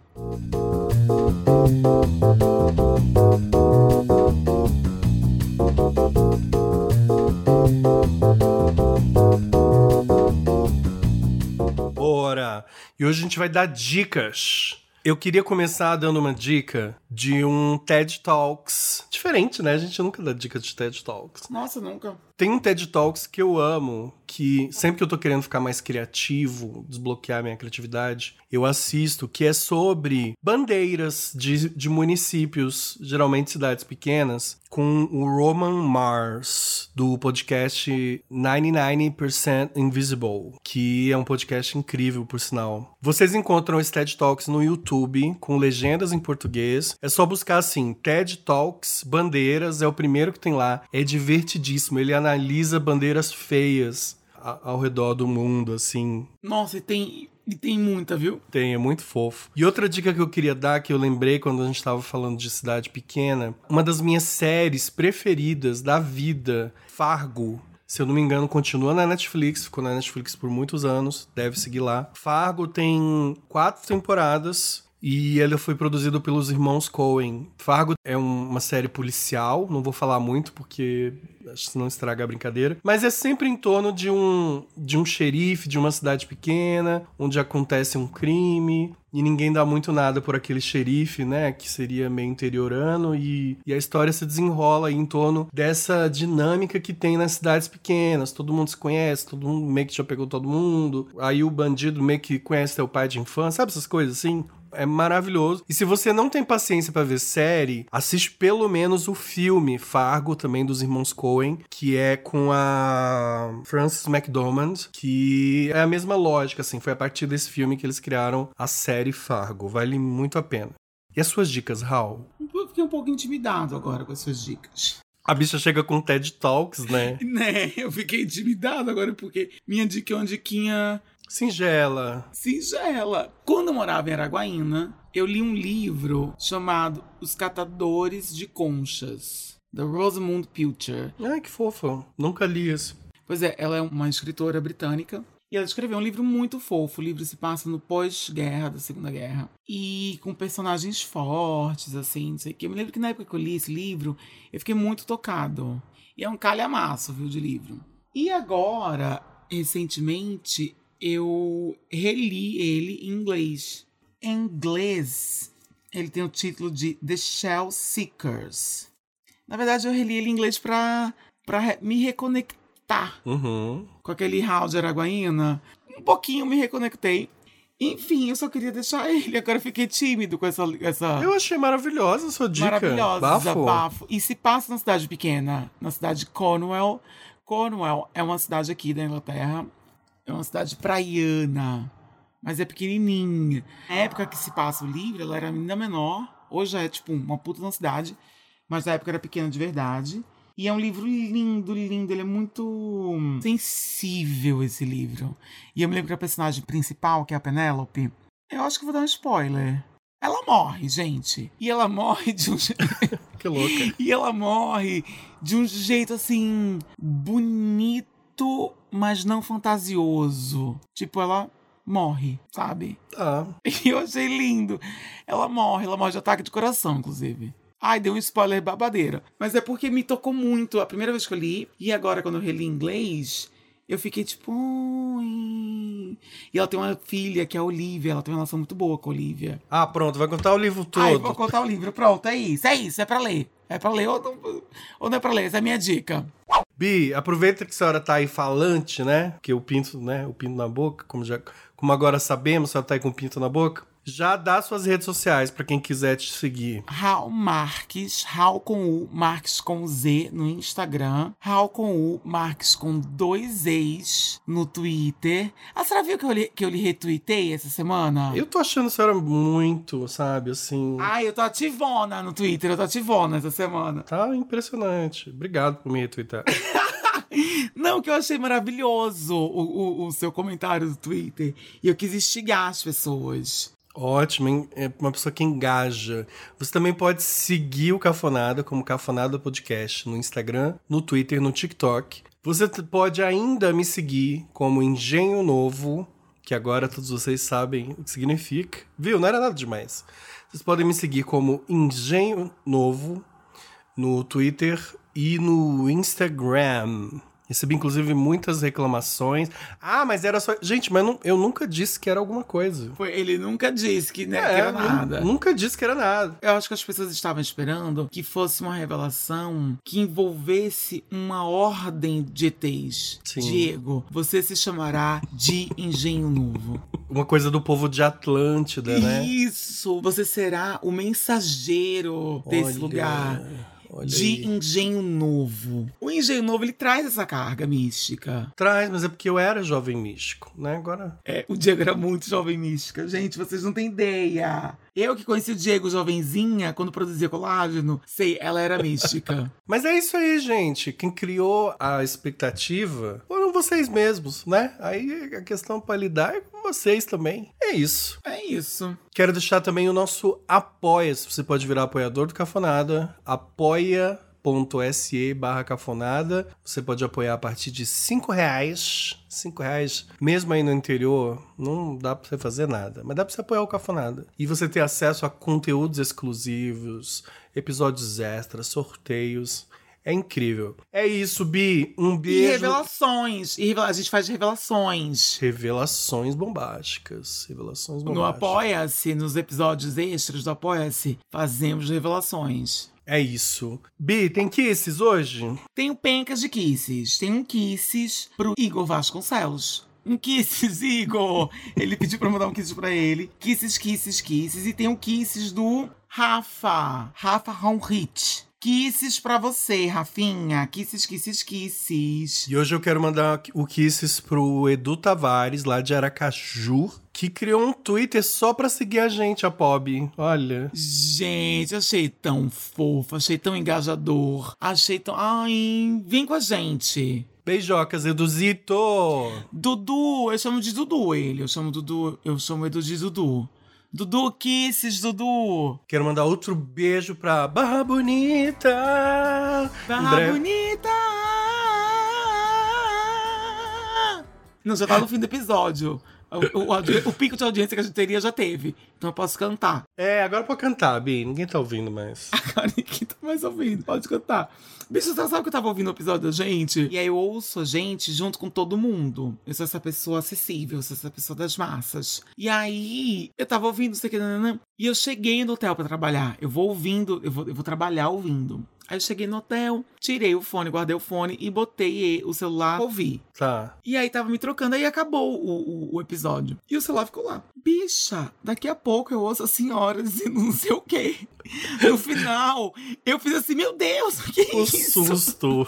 Bora! E hoje a gente vai dar dicas. Eu queria começar dando uma dica de um TED Talks. Diferente, né? A gente nunca dá dica de TED Talks.
Nossa, nunca.
Tem um TED Talks que eu amo, que sempre que eu tô querendo ficar mais criativo, desbloquear minha criatividade, eu assisto, que é sobre bandeiras de, de municípios, geralmente cidades pequenas, com o Roman Mars, do podcast 99% Invisible, que é um podcast incrível, por sinal. Vocês encontram esse TED Talks no YouTube, com legendas em português. É só buscar assim, TED Talks Bandeiras, é o primeiro que tem lá. É divertidíssimo, ele analisa bandeiras feias a- ao redor do mundo, assim,
Nossa, e tem, e tem muita, viu?
tem, é muito fofo. E outra dica que eu queria dar, que eu lembrei quando a gente estava falando de cidade pequena, uma das minhas séries preferidas da vida, Fargo. Se eu não me engano, continua na Netflix, ficou na Netflix por muitos anos, deve seguir lá. Fargo tem quatro temporadas e ela foi produzida pelos irmãos Coen. Fargo é um- uma série policial, não vou falar muito porque acho que não estraga a brincadeira, mas é sempre em torno de um de um xerife de uma cidade pequena, onde acontece um crime e ninguém dá muito nada por aquele xerife, né, que seria meio interiorano e, e a história se desenrola aí em torno dessa dinâmica que tem nas cidades pequenas. Todo mundo se conhece, todo mundo meio que já pegou todo mundo. Aí o bandido meio que conhece teu pai de infância, sabe essas coisas assim? É maravilhoso. E se você não tem paciência pra ver série, assiste pelo menos o filme Fargo, também dos irmãos Coen, que é com a Frances McDormand, que é a mesma lógica, assim. Foi a partir desse filme que eles criaram a série Fargo. Vale muito a pena. E as suas dicas, Raul?
Eu fiquei um pouco intimidado agora com as suas dicas.
A bicha chega com TED Talks, né?
Né, eu fiquei intimidado agora porque minha dica é uma diquinha
Singela.
singela. Quando eu morava em Araguaína, eu li um livro chamado Os Catadores de Conchas, da Rosamund Pilcher.
Ai, que fofa. Nunca li isso.
Pois é, ela é uma escritora britânica. E ela escreveu um livro muito fofo. O livro se passa no pós-guerra, da Segunda Guerra. E com personagens fortes, assim, não sei o quê. Eu me lembro que na época que eu li esse livro, eu fiquei muito tocado. E é um calhamaço, viu, de livro. E agora, recentemente, eu reli ele em inglês. Em inglês, ele tem o título de The Shell Seekers. Na verdade, eu reli ele em inglês pra, pra re- me reconectar
Uhum.
com aquele round de Araguaína. Um pouquinho me reconectei. Enfim, eu só queria deixar ele. Agora eu fiquei tímido com essa, essa
Eu achei maravilhosa a sua dica.
maravilhosa
Bafo.
bafo. E se passa na cidade pequena, na cidade de Cornwall. Cornwall é uma cidade aqui da Inglaterra. É uma cidade praiana, mas é pequenininha. Na época que se passa o livro, ela era ainda menor. Hoje é, tipo, uma puta na cidade. Mas na época era pequena de verdade. E é um livro lindo, lindo. Ele é muito sensível, esse livro. E eu me lembro que a personagem principal, que é a Penélope, eu acho que vou dar um spoiler. Ela morre, gente. E ela morre de um jeito.
Que louca.
E ela morre de um jeito assim bonito, mas não fantasioso. Tipo, ela morre, sabe?
Tá.
E eu achei lindo. Ela morre, ela morre de ataque de coração, inclusive. Ai, deu um spoiler babadeira. Mas é porque me tocou muito a primeira vez que eu li. E agora, quando eu reli em inglês, eu fiquei tipo. "Ui". E ela tem uma filha que é a Olivia. Ela tem uma relação muito boa com a Olivia.
Ah, pronto, vai contar o livro todo.
Ai, vou contar o livro. Pronto, é isso. É isso, é pra ler. É pra ler ou não, ou não é pra ler. Essa é a minha dica.
Bi, aproveita que a senhora tá aí falante, né? Porque o pinto, né? O pinto na boca, como, já, como agora sabemos, a senhora tá aí com o pinto na boca. Já dá suas redes sociais pra quem quiser te seguir.
Raul Marques, Raul com U, Marques com Z no Instagram, Raul com U, Marques com dois E's no Twitter. A senhora viu que eu lhe, que eu lhe retuitei essa semana?
Eu tô achando a senhora muito, sabe, assim.
Ai, eu tô ativona no Twitter, eu tô ativona essa semana.
Tá impressionante. Obrigado por me retweetar.
Não, que eu achei maravilhoso o, o- o seu comentário do Twitter. E eu quis instigar as pessoas.
Ótimo, hein? é uma pessoa que engaja. Você também pode seguir o Cafonada como Cafonada Podcast no Instagram, no Twitter, no TikTok. Você t- pode ainda me seguir como Engenho Novo, que agora todos vocês sabem o que significa. Viu? Não era nada demais. Vocês podem me seguir como Engenho Novo no Twitter e no Instagram. Recebi, inclusive, muitas reclamações. Ah, mas era só. Gente, mas não- eu nunca disse que era alguma coisa.
Foi- Ele nunca disse que, né,
É,
que era
nu-
nada.
Nunca disse que era nada.
Eu acho que as pessoas estavam esperando que fosse uma revelação que envolvesse uma ordem de ETs.
Sim.
Diego, você se chamará de Engenho Novo.
Uma coisa do povo de Atlântida, né?
Isso! Você será o mensageiro desse
Olha,
lugar.
olha
De
aí.
engenho novo. O engenho novo ele traz essa carga mística.
Traz, mas é porque eu era jovem místico, né? Agora.
É, o Diego era muito jovem mística. Gente, vocês não têm ideia. Eu que conheci o Diego jovenzinha, quando produzia colágeno, sei, ela era mística.
Mas é isso aí, gente. Quem criou a expectativa foram vocês mesmos, né? Aí a questão pra lidar é com vocês também. É isso.
É isso.
Quero deixar também o nosso apoia-se. Você pode virar apoiador do Cafonada, apoia.se barra cafonada. Você pode apoiar a partir de 5 reais. 5 reais, mesmo aí no interior, não dá pra você fazer nada. Mas dá pra você apoiar o Cafonada. E você ter acesso a conteúdos exclusivos, episódios extras, sorteios. É incrível. É isso, Bi. Um
E
beijo.
revelações. E revela- a gente faz revelações.
Revelações bombásticas. Revelações
No
bombásticas.
Apoia-se, nos episódios extras do Apoia-se, fazemos revelações.
É isso. Bi, tem kisses hoje?
um Tenho pencas de kisses. Tenho um kisses pro Igor Vasconcelos. Um kisses, Igor! Ele pediu pra eu mandar um kisses pra ele. Kisses, kisses, kisses. E tem o kisses do Rafa. Rafa Honrit. Kisses pra você, Rafinha. Kisses, kisses, kisses.
E hoje eu quero mandar o Kisses pro Edu Tavares, lá de Aracaju, que criou um Twitter só pra seguir a gente, a Pob. Olha.
Gente, achei tão fofo, achei tão engajador, achei tão. Ai, vem com a gente.
Beijocas, Eduzito!
Dudu, eu chamo de Dudu ele, eu chamo Dudu, eu chamo Edu de Dudu. Dudu Kisses, Dudu!
Quero mandar outro beijo pra Barra Bonita! Em
Barra
breve-
bonita! Não, já tá no fim do episódio. O, o audi- o pico de audiência que a gente teria já teve. Então eu posso cantar.
É, agora pode cantar, Bi. Ninguém tá ouvindo mais.
Cara, ninguém tá mais ouvindo, pode cantar. Bicho, você sabe que eu tava ouvindo o episódio da gente? E aí eu ouço a gente junto com todo mundo. Eu sou essa pessoa acessível, eu sou essa pessoa das massas. E aí, eu tava ouvindo isso aqui, nananã, e eu cheguei no hotel pra trabalhar. Eu vou ouvindo, eu vou, eu vou trabalhar ouvindo. Aí eu cheguei no hotel, tirei o fone, guardei o fone e botei o celular pra ouvir.
Tá.
E aí tava me trocando, aí acabou o, o, o episódio. E o celular ficou lá. Bicha, daqui a pouco eu ouço a senhora dizendo não sei o quê. No final, eu fiz assim, meu Deus, o que é
O
isso?
susto.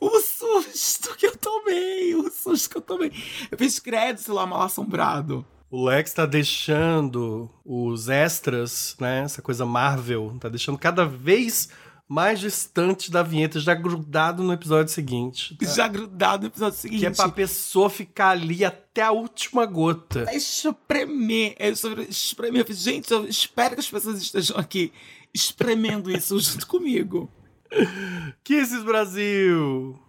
O susto que eu tomei, o susto que eu tomei. Eu fiz credo, celular mal assombrado.
O Lex tá deixando os extras, né? Essa coisa Marvel, tá deixando cada vez mais distante da vinheta, já grudado no episódio seguinte. tá?
Já grudado no episódio seguinte.
Que é pra pessoa ficar ali até a última gota.
É espremer, é sobre espremer. Eu fiz, Gente, eu espero que as pessoas estejam aqui espremendo isso junto comigo.
Kisses Brasil!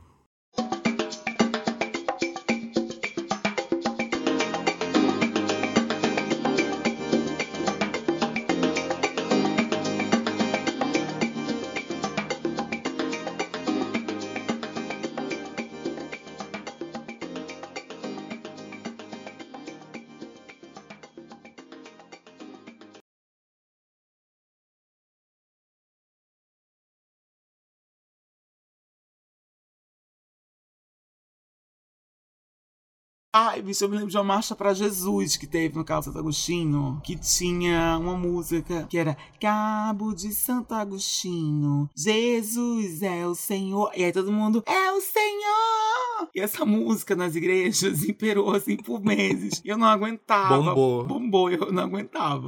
Ai, bicho, eu me lembro de uma marcha pra Jesus que teve no Cabo Santo Agostinho, que tinha uma música que era Cabo de Santo Agostinho, Jesus é o Senhor. E aí todo mundo, é o Senhor! E essa música nas igrejas imperou assim por meses. E eu não aguentava.
Bombou.
Bombou, eu não aguentava.